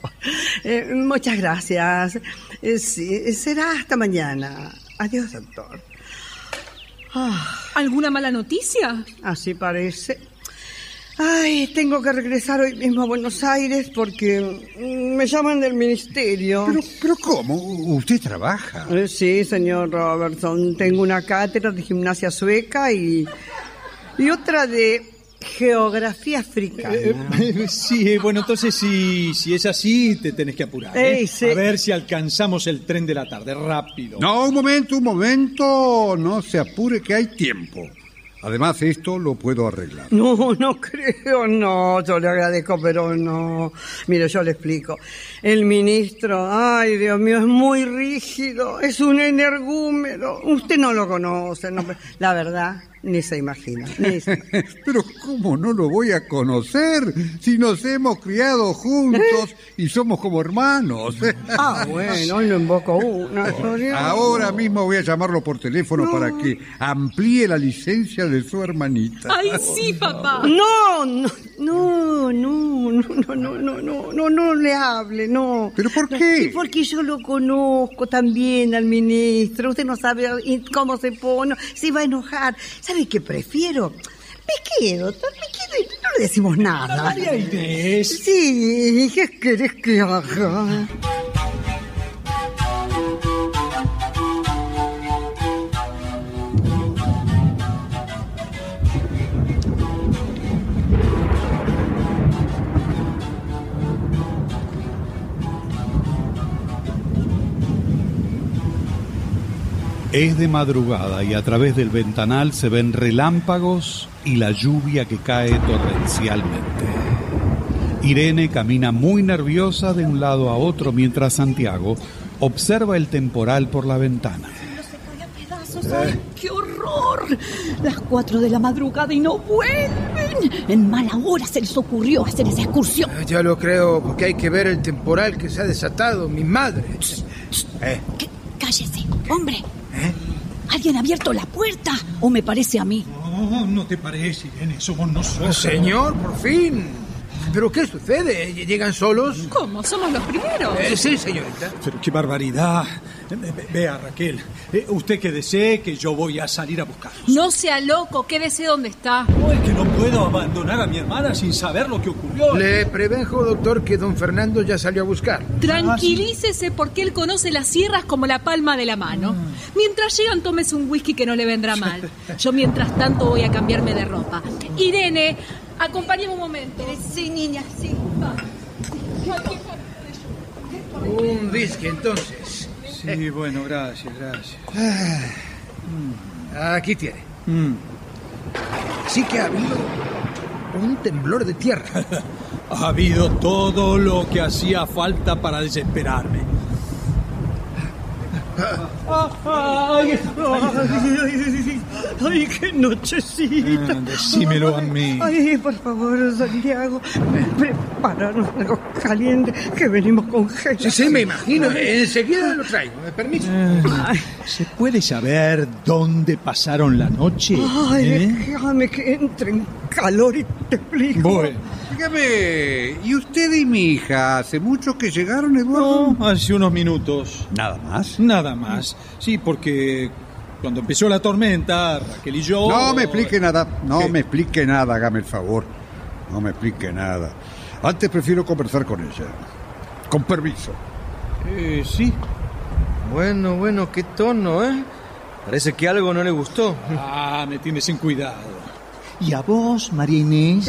Speaker 1: Eh, muchas gracias. Eh, sí, será hasta mañana. Adiós, doctor. Ah.
Speaker 14: ¿Alguna mala noticia?
Speaker 8: Eh,
Speaker 1: Así parece. Ay, tengo que regresar hoy mismo a Buenos Aires porque mm, me llaman del ministerio.
Speaker 13: Pero, pero ¿cómo? Usted trabaja.
Speaker 1: Eh, Sí, señor Robertson. Tengo una cátedra de gimnasia sueca y, y otra de geografía africana.
Speaker 13: Eh,
Speaker 7: sí, bueno, entonces si, si es así, te tenés que apurar. ¿eh?
Speaker 1: Ey, sí.
Speaker 7: A ver si alcanzamos el tren de la tarde, rápido.
Speaker 13: No, un momento, un momento. No se apure que hay tiempo. Además, esto lo puedo arreglar.
Speaker 1: No, no creo, no, yo le agradezco, pero no. Mire, yo le explico. El ministro, ay, Dios mío, es muy rígido, es un energúmero. Usted no lo conoce, no, la verdad, ni se imagina. ni se-
Speaker 13: Pero ¿cómo no lo voy a conocer si nos hemos criado juntos y somos como hermanos?
Speaker 1: Ah, bueno, hoy no invoco una. Gloria.
Speaker 13: Ahora mismo voy a llamarlo por teléfono para que amplíe la licencia de su hermanita.
Speaker 14: ¡Ay, sí, papá!
Speaker 1: No, no, no, no, no, no, no, no, no, no le hable, no.
Speaker 13: ¿Pero por
Speaker 1: qué? porque yo lo conozco también al ministro. Usted no sabe y cómo se pone, se va a enojar. ¿Sabe qué prefiero? Me quedo, doctor, me quedo y no le decimos nada.
Speaker 15: María Inés.
Speaker 1: Sí, ¿qué querés que haga?
Speaker 2: Es de madrugada y a través del ventanal se ven relámpagos y la lluvia que cae torrencialmente. Irene camina muy nerviosa de un lado a otro mientras Santiago observa el temporal por la ventana.
Speaker 9: pedazos. ¡Ay, qué horror! Las cuatro de la madrugada y no vuelven. En mala hora se les ocurrió hacer esa excursión.
Speaker 8: Ah, Ya lo creo, porque hay que ver el temporal que se ha desatado, mi madre. Eh,
Speaker 9: Cállese, hombre. Alguien ha abierto la puerta, o me parece a mí.
Speaker 15: No, no te parece, Irene, somos nosotros.
Speaker 8: Oh, señor, por fin. ¿Pero qué sucede? ¿Llegan solos?
Speaker 14: ¿Cómo? Somos los primeros.
Speaker 8: Eh, sí, señorita.
Speaker 7: Pero qué barbaridad. Eh, ve- Vea, Raquel, eh, usted que desee que yo voy a salir a buscar.
Speaker 14: No sea loco, quédese donde está.
Speaker 7: Que no puedo abandonar a mi hermana sin saber lo que ocurrió.
Speaker 8: Le prevenjo, doctor, que don Fernando ya salió a buscar.
Speaker 14: Tranquilícese porque él conoce las sierras como la palma de la mano. Mientras llegan, tómese un whisky que no le vendrá mal. Yo mientras tanto voy a cambiarme de ropa. Irene, acompáñame un momento. Eh, Sí, niña, sí.
Speaker 8: Ah, Un whisky, entonces.
Speaker 7: Sí, bueno, gracias, gracias. Mm.
Speaker 8: Ah, Aquí tiene. Sí que ha habido un temblor de tierra.
Speaker 7: Ha habido todo lo que hacía falta para desesperarme.
Speaker 1: Ay, qué nochecita.
Speaker 7: Ah, decímelo a mí.
Speaker 1: Ay, por favor, Santiago, prepáranos algo caliente que venimos con gente.
Speaker 8: Sí, sí, me imagino. ¿eh? Enseguida lo traigo, me permiso.
Speaker 7: ¿Se puede saber dónde pasaron la noche?
Speaker 1: Ay,
Speaker 7: eh?
Speaker 1: déjame que entre en calor y te explico.
Speaker 13: Dígame, ¿y usted y mi hija hace mucho que llegaron, Eduardo?
Speaker 7: hace unos minutos.
Speaker 13: ¿Nada más?
Speaker 7: Nada más. Sí, porque cuando empezó la tormenta, Raquel y yo...
Speaker 13: No me explique nada, no me explique nada, hágame el favor. No me explique nada. Antes prefiero conversar con ella. Con permiso.
Speaker 7: Eh, sí.
Speaker 11: Bueno, bueno, qué tono, ¿eh? Parece que algo no le gustó.
Speaker 7: Ah, me tiene sin cuidado. ¿Y a vos, María Inés?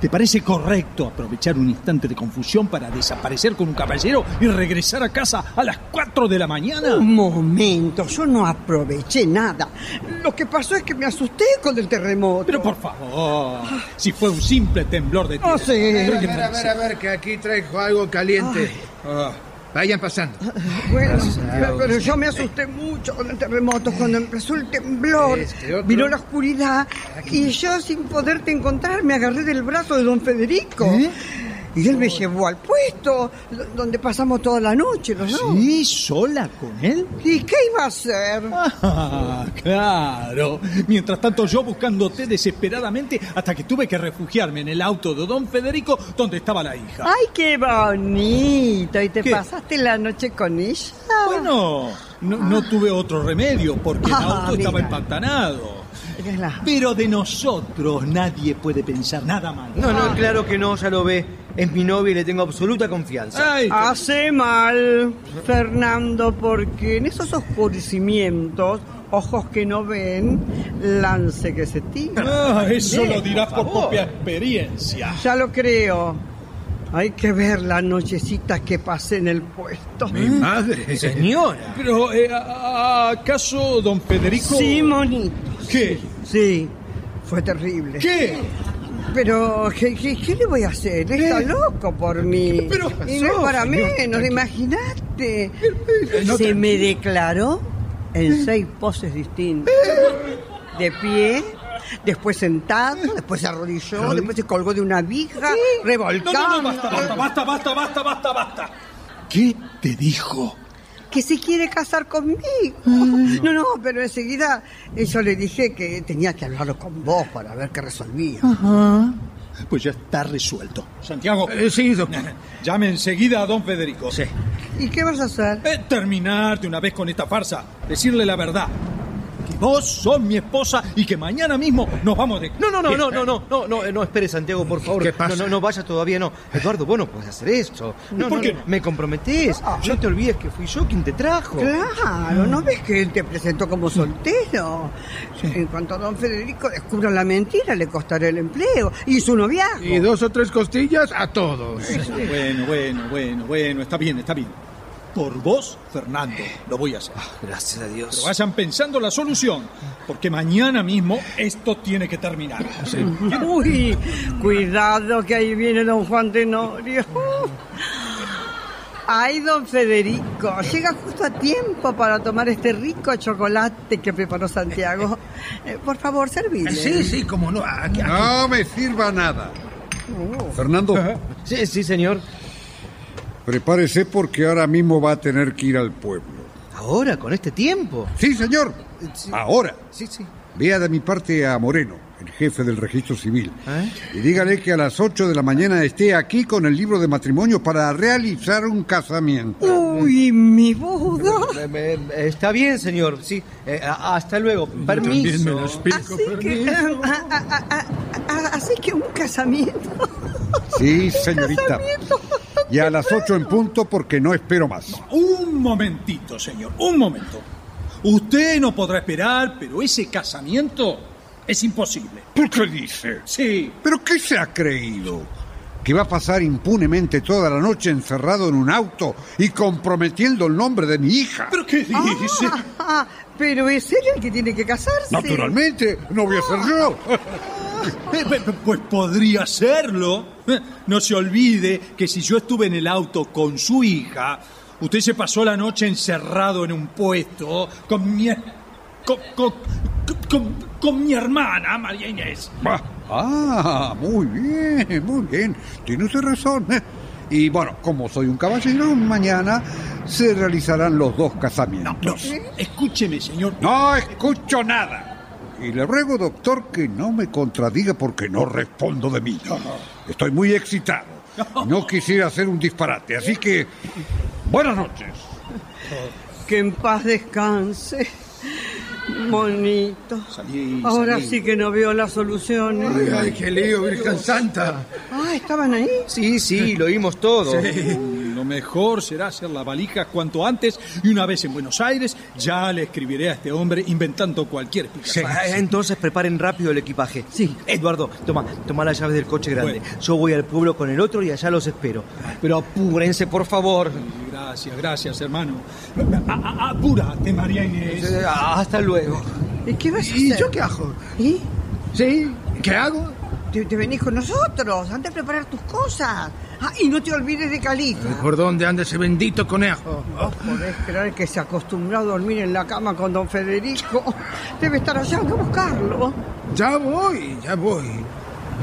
Speaker 7: ¿Te parece correcto aprovechar un instante de confusión para desaparecer con un caballero y regresar a casa a las 4 de la mañana?
Speaker 1: Un momento, yo no aproveché nada. Lo que pasó es que me asusté con el terremoto. Pero
Speaker 7: por favor, Oh, si fue un simple temblor de tierra.
Speaker 1: Ah, sí.
Speaker 8: A ver, a ver, a ver, a ver, que aquí traigo algo caliente. Ah, vayan pasando.
Speaker 1: Bueno,
Speaker 8: Gracias a Dios.
Speaker 1: pero yo me asusté mucho con el terremoto, cuando empezó el temblor,
Speaker 8: Este otro.
Speaker 1: vino la oscuridad y yo sin poderte encontrar me agarré del brazo de don Federico.
Speaker 7: ¿Eh?
Speaker 1: Y él me llevó al puesto, lo- donde pasamos toda la noche, ¿no?
Speaker 7: ¿Sí? ¿Sola con él?
Speaker 1: ¿Y qué iba a hacer?
Speaker 7: Ah, claro. Mientras tanto yo buscándote desesperadamente hasta que tuve que refugiarme en el auto de don Federico donde estaba la hija.
Speaker 1: ¡Ay, qué bonito! ¿Y te
Speaker 7: ¿Qué?
Speaker 1: pasaste la noche con ella?
Speaker 7: Bueno, no, no tuve otro remedio porque el
Speaker 1: Ah,
Speaker 7: auto
Speaker 1: mira.
Speaker 7: estaba empantanado. Pero de nosotros nadie puede pensar nada mal.
Speaker 11: No, no, claro que no, ya lo ve. Es mi novia y le tengo absoluta confianza.
Speaker 1: Hace mal, Fernando, porque en esos oscurecimientos, ojos que no ven, lance que se tira.
Speaker 7: Ah, eso lo dirás por,
Speaker 1: favor.
Speaker 7: propia experiencia.
Speaker 1: Ya lo creo. Hay que ver la nochecita que pasé en el puesto.
Speaker 7: Mi madre. ¿Mm? Señora. Pero, eh, a- a- ¿acaso don Federico?
Speaker 1: Sí, monito.
Speaker 7: ¿Qué?
Speaker 1: Sí, fue terrible.
Speaker 7: ¿Qué?
Speaker 1: Pero, ¿qué, qué, qué le voy a hacer? Está loco por mí.
Speaker 7: Pero,
Speaker 1: y no es
Speaker 7: no,
Speaker 1: para
Speaker 7: señor,
Speaker 1: menos,
Speaker 7: tranquilo.
Speaker 1: imagínate.
Speaker 7: Eh, no,
Speaker 1: Se me
Speaker 7: tranquilo.
Speaker 1: declaró en seis poses distintas. De pie, después sentado, después se arrodilló, después se colgó de una viga,
Speaker 7: No, no, no,
Speaker 1: revolcando.
Speaker 7: basta, basta, basta, basta, basta, basta, basta. ¿Qué te dijo? Ah.
Speaker 1: que se quiere casar conmigo. No, no, pero enseguida eh, yo le dije que tenía que hablarlo con vos para ver qué resolvía.
Speaker 7: Pues ya está resuelto. Santiago. Eh, sí, doctor. Llame enseguida a don Federico. Sí.
Speaker 1: ¿Y qué vas a hacer?
Speaker 7: terminar de Eh, una vez con esta farsa. Decirle la verdad. Que vos sos mi esposa y que mañana mismo nos vamos de...
Speaker 11: No, no, no, no, no, no, no, no, eh, no, espere, Santiago, por favor.
Speaker 7: ¿Qué pasa?
Speaker 11: No, no, no vayas todavía, no. Eduardo, vos no puedes hacer esto. No,
Speaker 1: ¿Por
Speaker 11: no,
Speaker 1: qué
Speaker 11: no, Me comprometés. No te olvides que fui yo quien te trajo.
Speaker 1: Claro, ¿no ves que él te presentó como soltero? En cuanto a don Federico descubra la mentira, le costará el empleo y su noviazgo.
Speaker 8: Y dos o tres costillas a todos.
Speaker 7: Bueno, bueno, bueno, bueno, está bien, está bien. Por vos, Fernando, lo voy a hacer.
Speaker 11: Ah, Gracias a
Speaker 7: Pero
Speaker 11: Dios.
Speaker 7: vayan pensando la solución, porque mañana mismo esto tiene que terminar.
Speaker 1: Uy, cuidado que ahí viene don Juan Tenorio. Ay, don Federico, llega justo a tiempo para tomar este rico chocolate que preparó Santiago. Eh, por favor, servile.
Speaker 13: Sí, sí,
Speaker 8: como no.
Speaker 11: Ah,
Speaker 13: No me sirva nada.
Speaker 1: Uh.
Speaker 13: Fernando.
Speaker 11: Sí, sí, señor.
Speaker 13: Prepárese porque ahora mismo va a tener que ir al pueblo.
Speaker 11: ¿Ahora? ¿Con este tiempo?
Speaker 13: Sí, señor. Ahora.
Speaker 11: Sí, sí.
Speaker 13: Vea de mi parte a Moreno, el jefe del registro civil,
Speaker 1: ¿Eh?
Speaker 13: y dígale que a las 8 de la mañana esté aquí con el libro de matrimonio para realizar un casamiento.
Speaker 1: Uy, mi boda.
Speaker 11: Eh, eh, Está bien, señor. Sí. Eh, a- hasta luego. Permiso.
Speaker 8: me lo explico,
Speaker 1: Así que, ah, ah, ah, ah, ah, así que un casamiento.
Speaker 13: Sí, señorita. Y a las 8 en punto porque no espero más.
Speaker 7: Un momentito, señor, un momento. Usted no podrá esperar, pero ese casamiento es imposible.
Speaker 13: ¿Por qué dice?
Speaker 7: Sí.
Speaker 13: ¿Pero qué se ha creído? ¿Que va a pasar impunemente toda la noche encerrado en un auto y comprometiendo el nombre de mi hija?
Speaker 7: ¿Pero qué dice?
Speaker 1: Ah, pero es él el que tiene que casarse.
Speaker 13: Naturalmente, no voy a ser yo.
Speaker 7: Eh, pe- pe- Pues podría serlo. Eh, No se olvide que si yo estuve en el auto con su hija, usted se pasó la noche encerrado en un puesto con mi... con, con- con- con mi hermana, María Inés.
Speaker 13: Ah, Ah, muy bien, muy bien. Tiene usted razón. ¿eh? Y bueno, como soy un caballero, mañana se realizarán los dos casamientos.
Speaker 7: No, escúcheme, señor.
Speaker 13: No escucho nada. Y le ruego, doctor, que no me contradiga porque no respondo de mí. Estoy muy excitado. No quisiera hacer un disparate, así que... Buenas noches.
Speaker 1: Que en paz descanse. Monito.
Speaker 7: Salí,
Speaker 1: Ahora
Speaker 8: salí.
Speaker 1: sí que no veo la solución.
Speaker 8: Ay, ay, qué lío, Virgen Santa.
Speaker 1: Ah, estaban ahí.
Speaker 11: Sí, sí, lo oímos todo.
Speaker 8: Sí.
Speaker 15: Lo mejor será hacer la valija cuanto antes y una vez en Buenos Aires ya le escribiré a este hombre inventando cualquier
Speaker 11: Sí,
Speaker 15: explicación.
Speaker 11: Entonces Eh, preparen rápido el equipaje. Sí. Eduardo, toma, toma las llaves del coche grande. Yo voy al pueblo con el otro y allá los espero.
Speaker 13: Ah.
Speaker 11: Pero apúrense, por favor.
Speaker 15: Gracias, gracias, hermano. A- a- a- Apúrate, María Inés.
Speaker 11: Eh, Hasta luego.
Speaker 1: ¿Y qué vas a
Speaker 15: ¿Y
Speaker 1: hacer?
Speaker 15: yo
Speaker 1: qué hago? ¿Y? ¿Sí? ¿Qué hago? Te, te venís con nosotros, anda a preparar tus cosas. Ah, y no te olvides de Califa.
Speaker 8: ¿Por dónde anda ese bendito conejo?
Speaker 1: Podés creer que se acostumbró a dormir en la cama con don Federico. Debe estar allá, anda a
Speaker 8: Oh.
Speaker 1: buscarlo.
Speaker 8: Ya voy, ya voy.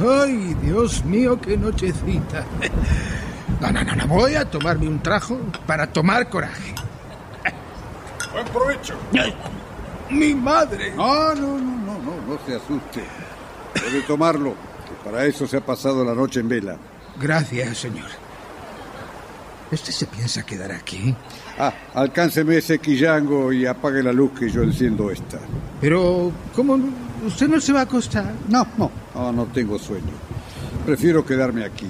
Speaker 8: Ay, Dios mío, qué nochecita. No, no, no, no, voy a tomarme un trago para tomar coraje.
Speaker 13: Buen provecho.
Speaker 8: Mi madre.
Speaker 13: No, no, no, no, no, no se asuste. Debe tomarlo, que para eso se ha pasado la noche en vela.
Speaker 8: Gracias, señor. ¿Usted se piensa quedar aquí?
Speaker 13: Ah, alcánceme ese quillango y apague la luz que yo enciendo esta.
Speaker 8: Pero, ¿cómo? ¿Usted no se va a acostar?
Speaker 13: No, no. Ah, No, no tengo sueño. Prefiero quedarme aquí,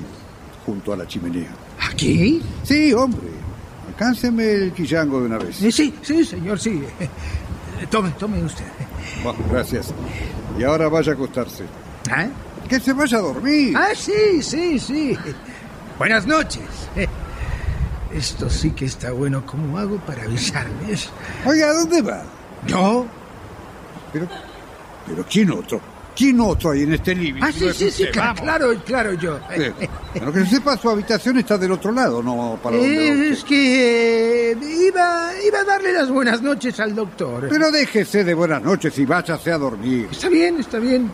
Speaker 13: junto a la chimenea.
Speaker 8: ¿Aquí?
Speaker 13: Sí, hombre. Alcánceme el quillango de una vez.
Speaker 8: Sí, sí, sí, señor, sí. Tome, tome usted.
Speaker 13: Bueno, gracias. Y ahora vaya a acostarse.
Speaker 8: ¿Ah?
Speaker 13: Que se vaya a dormir.
Speaker 8: Ah, sí, sí, sí. Buenas noches. Esto sí que está bueno. ¿Cómo hago para avisarles?
Speaker 13: Oiga, ¿a dónde va?
Speaker 8: ¿Yo?
Speaker 13: Pero, pero ¿quién otro? ¿Quién otro hay en este living?
Speaker 8: Ah,
Speaker 13: Si no
Speaker 8: sí,
Speaker 13: es
Speaker 8: sí, sí,
Speaker 13: usted?
Speaker 8: cla-
Speaker 13: Vamos.
Speaker 8: claro, claro, yo.
Speaker 13: Eh, Pero que sepa, su habitación está del otro lado, no para donde va
Speaker 8: Eh, es que eh, iba, iba a darle las buenas noches al doctor.
Speaker 13: Pero déjese de buenas noches y váyase a dormir.
Speaker 8: Está bien, está bien.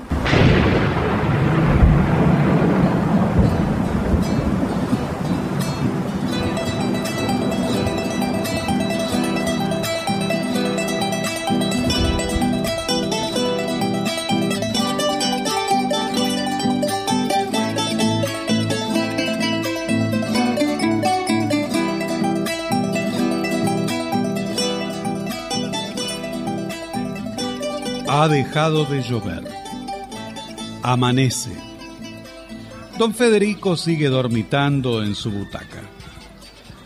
Speaker 2: Ha dejado de llover. Amanece. Don Federico sigue dormitando en su butaca.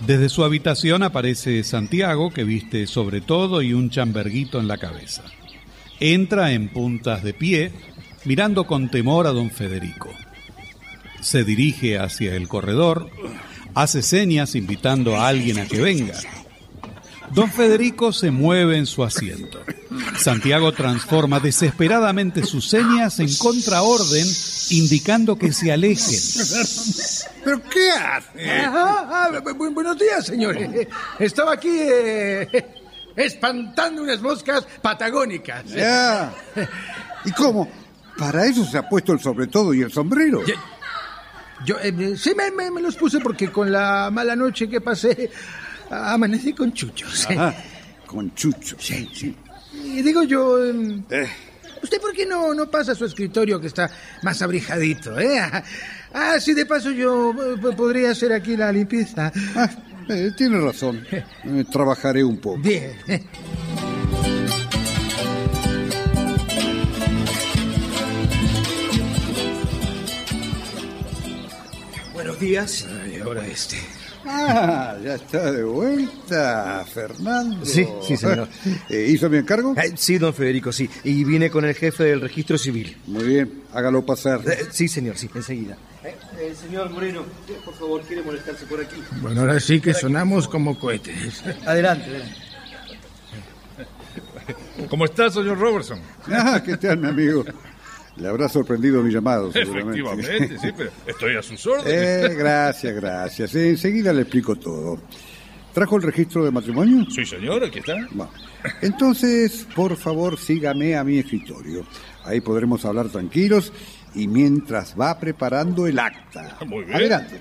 Speaker 2: Desde su habitación aparece Santiago, que viste sobre todo y un chamberguito en la cabeza. Entra en puntas de pie, mirando con temor a don Federico. Se dirige hacia el corredor, hace señas invitando a alguien a que venga. Don Federico se mueve en su asiento. Santiago transforma desesperadamente sus señas en contraorden, indicando que se alejen.
Speaker 8: ¿Pero qué hace? ah, buenos días, señores. Estaba aquí eh, espantando unas moscas patagónicas.
Speaker 13: Ya. ¿Y cómo? Para eso se ha puesto el sobre todo y el sombrero.
Speaker 8: Yo eh, sí me, me- me los puse porque con la mala noche que pasé amanecí con chuchos.
Speaker 13: Ajá, con Chucho. Sí, sí.
Speaker 8: Y digo yo, eh, ¿usted por qué no, no pasa a su escritorio que está más abrijadito? Eh? Ah, sí, de paso yo eh, po- podría hacer aquí la limpieza.
Speaker 13: Eh, tiene razón. Eh, trabajaré un poco.
Speaker 8: Bien.
Speaker 11: Buenos días.
Speaker 8: Ay, ahora este.
Speaker 13: Ah, ya está de vuelta, Fernando.
Speaker 11: Sí, sí, señor.
Speaker 13: Eh,
Speaker 11: Eh,
Speaker 13: ¿Hizo mi encargo?
Speaker 11: sí, don Federico, sí. Y vine con el jefe del registro civil.
Speaker 13: Muy bien, hágalo pasar.
Speaker 11: Eh, sí, señor, sí, enseguida. Eh, señor Moreno, por favor, quiere molestarse por aquí.
Speaker 8: Bueno, ahora sí que sonamos como cohetes.
Speaker 11: Adelante, adelante.
Speaker 16: ¿Cómo está, señor Robertson?
Speaker 13: Ah, ¿qué tal, mi amigo? Le habrá sorprendido mi llamado, Pues seguramente.
Speaker 16: Efectivamente, sí, pero estoy a sus
Speaker 13: Eh,
Speaker 16: órdenes.
Speaker 13: gracias, gracias. Enseguida le explico todo. ¿Trajo el registro de matrimonio?
Speaker 16: Sí, señor, aquí está.
Speaker 13: Va. Entonces, por favor, sígame a mi escritorio. Ahí podremos hablar tranquilos y mientras va preparando el acta.
Speaker 16: Muy bien.
Speaker 13: Adelante.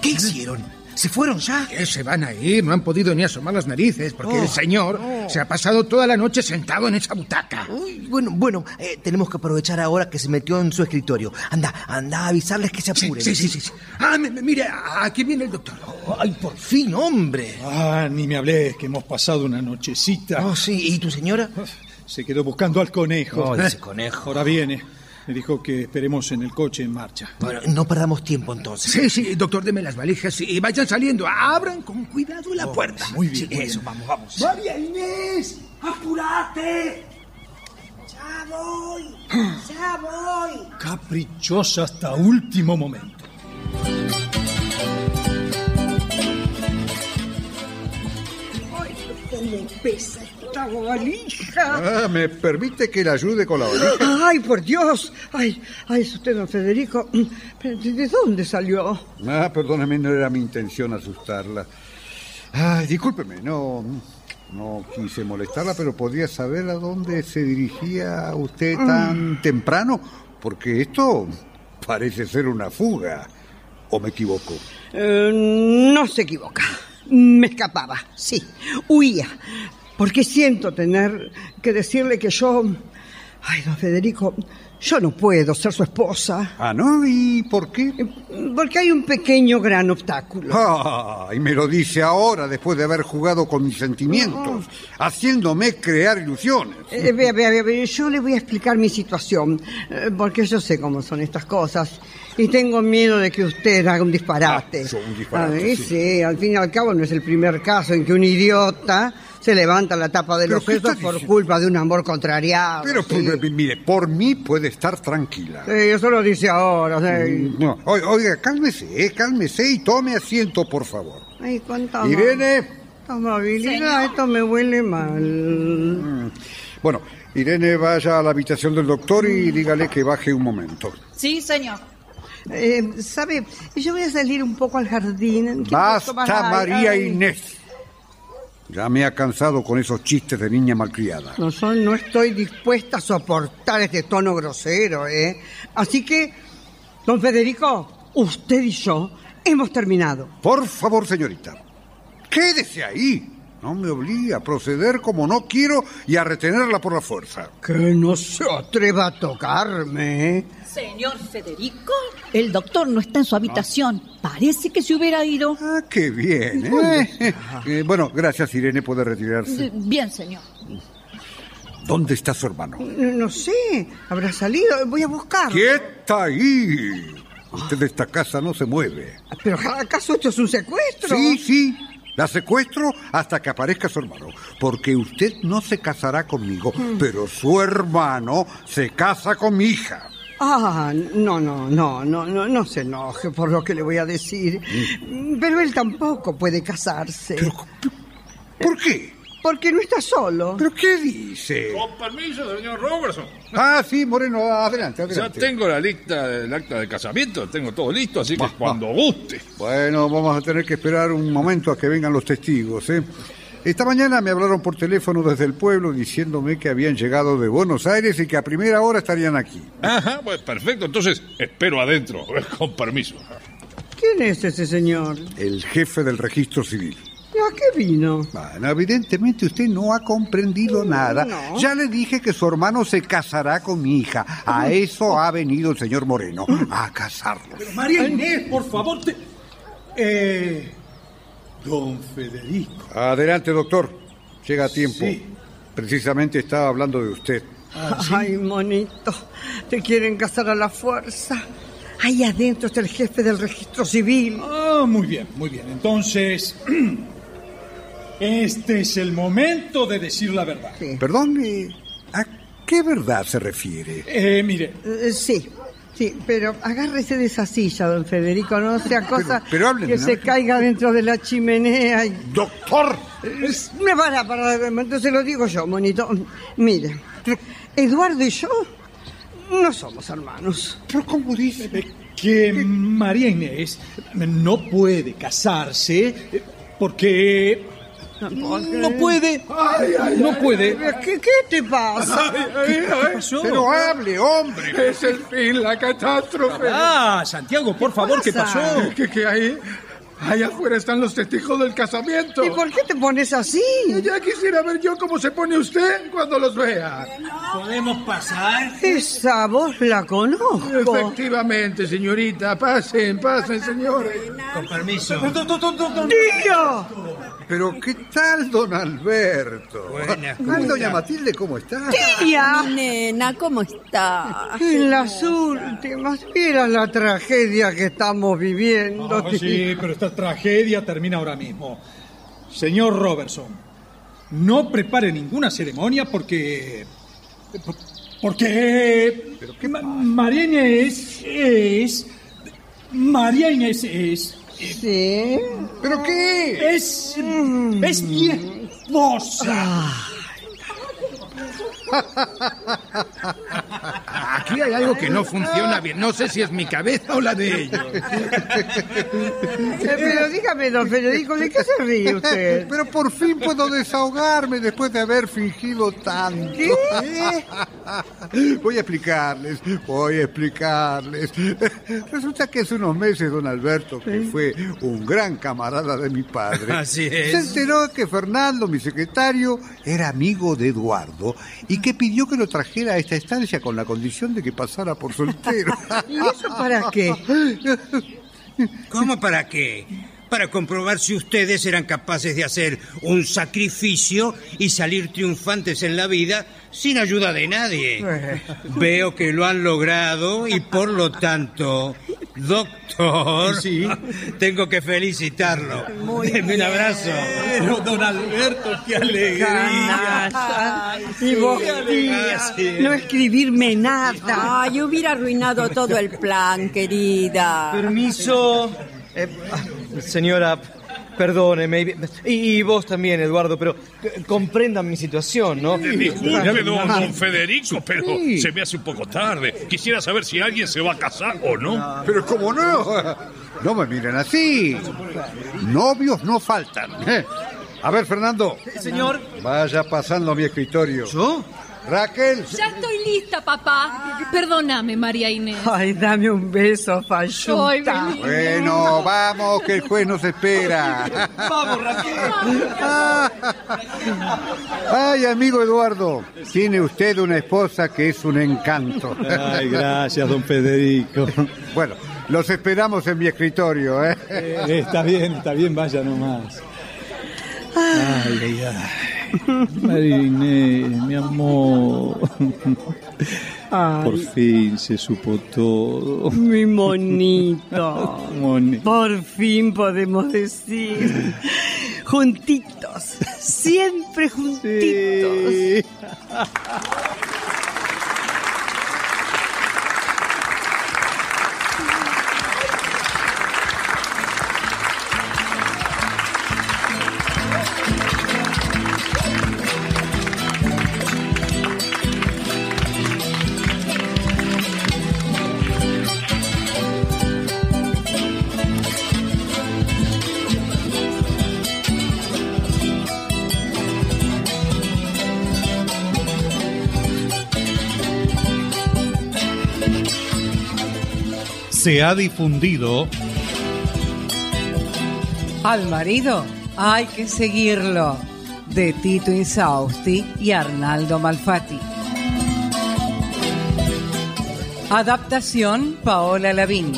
Speaker 8: ¿Qué hicieron? ¿Se fueron ya? se van a ir? No han podido ni asomar las narices porque
Speaker 11: Oh,
Speaker 8: el señor
Speaker 11: no.
Speaker 8: se ha pasado toda la noche sentado en esa butaca.
Speaker 11: Bueno, bueno, eh, tenemos que aprovechar ahora que se metió en su escritorio. Anda, anda a avisarles que se apuren.
Speaker 8: sí, sí, sí, sí. Ah, mi- mi- mire, aquí viene el doctor.
Speaker 11: Ay, por fin, hombre.
Speaker 15: Ah, ni me hablé, que hemos pasado una nochecita.
Speaker 11: Oh, sí, ¿y tu señora?
Speaker 7: Se quedó buscando al conejo.
Speaker 4: Ay, ese conejo.
Speaker 7: Ahora viene. Me dijo que esperemos en el coche en marcha.
Speaker 4: Bueno, no perdamos tiempo entonces.
Speaker 17: Sí, sí, doctor, deme las valijas y vayan saliendo. Abran con cuidado
Speaker 7: Oh,
Speaker 11: Oh,
Speaker 17: la puerta.
Speaker 4: Muy bien. eso, vamos, vamos.
Speaker 17: María Inés, apurate.
Speaker 9: Ya voy, ya voy.
Speaker 7: Caprichosa hasta último momento.
Speaker 18: Ay, cómo pesa esta valija.
Speaker 13: Ah, ¿Me permite que le ayude con la valija?
Speaker 1: Ay, por Dios. Ay, ay, es usted, don Federico. Pero, ¿De dónde salió?
Speaker 13: Ah, perdóname, no era mi intención asustarla. Ay, discúlpeme, no, no quise molestarla, pero podría saber a dónde se dirigía usted tan temprano, porque esto parece ser una fuga. ¿O me equivoco?
Speaker 1: Eh, no se equivoca. Me escapaba, sí. Huía. Porque siento tener que decirle que yo... Ay, don Federico, yo no puedo ser su esposa.
Speaker 13: Ah, ¿no? ¿Y por qué? Ah.
Speaker 1: Porque hay un pequeño gran obstáculo.
Speaker 13: Ay, me lo dice ahora, después de haber jugado con mis sentimientos, haciéndome crear ilusiones.
Speaker 1: Eh, vea, vea, vea, vea, yo le voy a explicar mi situación, eh, porque yo sé cómo son estas cosas y tengo miedo de que usted haga un disparate.
Speaker 13: Ah, yo un disparate,
Speaker 1: Ay,
Speaker 13: sí.
Speaker 1: sí. al fin y al cabo no es el primer caso en que un idiota se levanta la tapa de
Speaker 13: ¿Pero
Speaker 1: los
Speaker 13: qué está
Speaker 1: sesos por culpa de un amor contrariado.
Speaker 13: Pero,
Speaker 1: sí.
Speaker 13: pues, mire, por mí puede estar tranquila. Mm,
Speaker 1: Sí, eso lo dice ahora. sí.
Speaker 13: No, o- oiga, cálmese, eh, cálmese y tome asiento, por favor.
Speaker 1: Ay, cuánta ama-
Speaker 13: Irene,
Speaker 1: amabilidad, Ah, esto me huele mal.
Speaker 13: Mm. bueno, Irene vaya a la habitación del doctor y
Speaker 1: Mm.
Speaker 13: dígale que baje un momento.
Speaker 1: Sí, señor. Eh, ¿Sabe? Yo voy a salir un poco al jardín. ¿Qué puedo tomar?
Speaker 13: Basta,
Speaker 1: Ay,
Speaker 13: María
Speaker 1: ay.
Speaker 13: Inés. Ya me ha cansado con esos chistes de niña malcriada.
Speaker 1: No, yo no estoy dispuesta a soportar este tono grosero, ¿eh? Así que, don Federico, usted y yo hemos terminado.
Speaker 13: Por favor, señorita, quédese ahí. No me obligue a proceder como no quiero y a retenerla por la fuerza.
Speaker 1: Que no se atreva a tocarme, ¿eh?
Speaker 14: Señor Federico. El doctor no está en su habitación. Parece que se hubiera ido.
Speaker 1: Ah,
Speaker 13: Ah, Qué bien, ¿eh? Eh, bueno, gracias, Irene, puede retirarse.
Speaker 14: Mm, Bien, señor.
Speaker 13: ¿Dónde está su hermano?
Speaker 1: No, no sé, habrá salido. Voy a buscar.
Speaker 13: ¡Quieta ahí! Usted de esta casa no se mueve.
Speaker 1: Ah, ¿Pero acaso esto es un secuestro?
Speaker 13: Sí, sí. La secuestro hasta que aparezca su hermano, porque usted no se casará conmigo,
Speaker 1: Mm.
Speaker 13: pero su hermano se casa con mi hija.
Speaker 1: Ah, no, no, no, no, no, no se enoje por lo que le voy a decir.
Speaker 13: Mm.
Speaker 1: Pero él tampoco puede casarse.
Speaker 13: ¿Por qué?
Speaker 1: Porque no está solo.
Speaker 13: ¿Pero qué dice?
Speaker 19: Con permiso, señor Robertson.
Speaker 13: Ah, sí, Moreno, adelante,
Speaker 19: Ya
Speaker 13: adelante.
Speaker 19: tengo la lista del acta de casamiento, tengo todo listo, así que cuando guste.
Speaker 13: Bueno, vamos a tener que esperar un momento a que vengan los testigos, ¿eh? Esta mañana me hablaron por teléfono desde el pueblo diciéndome que habían llegado de Buenos Aires y que a primera hora estarían aquí.
Speaker 19: Ajá, pues perfecto, entonces espero adentro, con permiso.
Speaker 1: ¿Quién es ese señor?
Speaker 13: El jefe del registro civil.
Speaker 1: ¿A qué vino?
Speaker 13: Bueno, evidentemente usted no ha comprendido nada.
Speaker 1: no.
Speaker 13: Ya le dije que su hermano se casará con mi hija. A eso ha venido el señor Moreno, Ah, a casarlo.
Speaker 7: María Inés, por favor, te... Eh, don Federico.
Speaker 13: Adelante, doctor. Llega a tiempo. Precisamente estaba hablando de usted.
Speaker 1: Ay, monito, te quieren casar a la fuerza. Ahí adentro está el jefe del registro civil.
Speaker 7: Ah, muy bien, muy bien. Entonces, este es el momento de decir la verdad.
Speaker 13: Perdón, eh, ¿a qué verdad se refiere?
Speaker 7: Eh, mire,
Speaker 1: Eh, Sí, sí, pero agárrese de esa silla, don Federico, no sea cosa
Speaker 13: pero hábleme,
Speaker 1: que
Speaker 13: ¿no?
Speaker 1: se caiga dentro de la chimenea. y- Eh,
Speaker 13: ¡Doctor!
Speaker 1: Me para, para, entonces lo digo yo, monito. Mire, Eduardo y yo no somos hermanos.
Speaker 13: ¿Pero cómo dice?
Speaker 7: Eh, que María Inés no puede casarse eh, porque... No puede. no puede.
Speaker 1: ¿Qué, qué te pasa?
Speaker 13: Pero hable, hombre.
Speaker 8: Es el fin, la catástrofe.
Speaker 7: Ah, Santiago, por favor, ¿qué
Speaker 1: pasa?
Speaker 7: pasó?
Speaker 8: ¿Qué, qué hay? Allá afuera están los testigos del casamiento.
Speaker 1: ¿Y por qué te pones así?
Speaker 8: Ya quisiera ver yo cómo se pone usted cuando los vea.
Speaker 7: ¿Podemos pasar?
Speaker 1: Esa voz la conozco.
Speaker 8: Efectivamente, señorita. Pasen, pasen, señores.
Speaker 7: Con permiso.
Speaker 1: ¡Tío!
Speaker 13: Pero ¿qué tal, don Alberto?
Speaker 4: Buenas,
Speaker 6: ¿cómo
Speaker 13: Ah, doña
Speaker 6: está?
Speaker 13: Matilde, ¿cómo está?
Speaker 6: Tía, nena, ¿cómo está?
Speaker 1: En las últimas, mira la tragedia que estamos viviendo.
Speaker 15: Ah, sí, pero esta tragedia termina ahora mismo. Señor Robertson, no prepare ninguna ceremonia porque. Porque. Ma- María Inés es. María Inés es.
Speaker 1: ¿Sí? Mm.
Speaker 13: ¿Pero qué?
Speaker 15: Es. Es mi esposa.
Speaker 8: Aquí hay algo que no funciona bien. No sé si es mi cabeza o la de ellos.
Speaker 1: Eh, Pero dígame, don Federico, ¿de qué se ríe usted?
Speaker 13: Pero por fin puedo desahogarme después de haber fingido tanto. Voy a explicarles, voy a explicarles. Resulta que hace unos meses don Alberto, que fue un gran camarada de mi padre,
Speaker 4: Así es.
Speaker 13: se enteró que Fernando, mi secretario, era amigo de Eduardo y que pidió que lo trajera a esta estancia con la condición de que pasara por soltero.
Speaker 1: ¿Y eso para qué?
Speaker 4: ¿Cómo para qué? Para comprobar si ustedes eran capaces de hacer un sacrificio y salir triunfantes en la vida sin ayuda de nadie. Veo que lo han logrado y por lo tanto, doctor, tengo que felicitarlo. Denme un abrazo.
Speaker 15: Pero don Alberto, qué
Speaker 1: Jamás. Ay, Y vos, tía, no escribirme nada.
Speaker 6: Ay, hubiera arruinado todo el plan, querida.
Speaker 11: Permiso. Eh, ah, señora, perdóneme. Y, y vos también, Eduardo, pero eh, comprendan mi situación, ¿no?
Speaker 16: Disculpe, don, don Federico, pero
Speaker 11: Sí.
Speaker 16: se me hace un poco tarde. Quisiera saber si alguien se va a casar o no.
Speaker 13: Pero cómo no, no me miren así. Novios no faltan. ¿eh? A ver, Fernando.
Speaker 11: Señor.
Speaker 13: Vaya pasando a mi escritorio. ¿Yo? Raquel.
Speaker 14: Ya estoy lista, papá. Perdóname, María Inés.
Speaker 1: Ay, dame un beso,
Speaker 14: Ay,
Speaker 1: falluta.
Speaker 14: Belén.
Speaker 13: Bueno, vamos, que el juez nos espera.
Speaker 1: Vamos,
Speaker 13: Ay, amigo Eduardo, tiene usted una esposa que es un encanto.
Speaker 7: Ay, gracias, don Federico.
Speaker 13: Bueno, los esperamos en mi escritorio, ¿eh?
Speaker 7: Eh, está bien, está bien, vaya nomás. Ay, ay, ay. María Inés, mi amor. Por fin se supo todo.
Speaker 1: Mi monito.
Speaker 7: Moni.
Speaker 1: Por fin podemos decir. Juntitos. Siempre juntitos.
Speaker 2: Se ha difundido
Speaker 20: Al marido hay que seguirlo. De Tito Insausti y Arnaldo Malfatti. Adaptación Paola Lavín.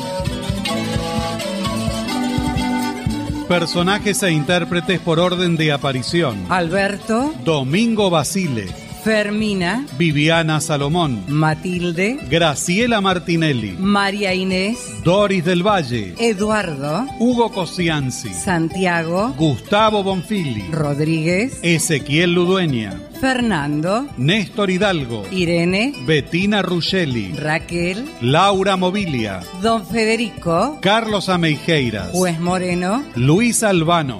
Speaker 2: personajes e intérpretes por orden de aparición.
Speaker 20: Alberto,
Speaker 2: Domingo Basile,
Speaker 20: Fermina,
Speaker 2: Viviana Salomón,
Speaker 20: Matilde,
Speaker 2: Graciela Martinelli,
Speaker 20: María Inés,
Speaker 2: Doris del Valle,
Speaker 20: Eduardo,
Speaker 2: Hugo Cosianzi,
Speaker 20: Santiago,
Speaker 2: Gustavo Bonfili,
Speaker 20: Rodríguez,
Speaker 2: Ezequiel Ludueña,
Speaker 20: Fernando,
Speaker 2: Néstor Hidalgo,
Speaker 20: Irene,
Speaker 2: Bettina Ruggeli,
Speaker 20: Raquel,
Speaker 2: Laura Mobilia,
Speaker 20: Don Federico,
Speaker 2: Carlos Ameijeiras,
Speaker 20: Juez Moreno,
Speaker 2: Luis Albano.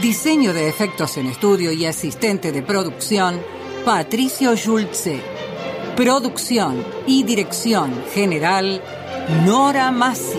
Speaker 20: Diseño de efectos en estudio y asistente de producción Patricio Schulze. Producción y dirección general Nora Massi.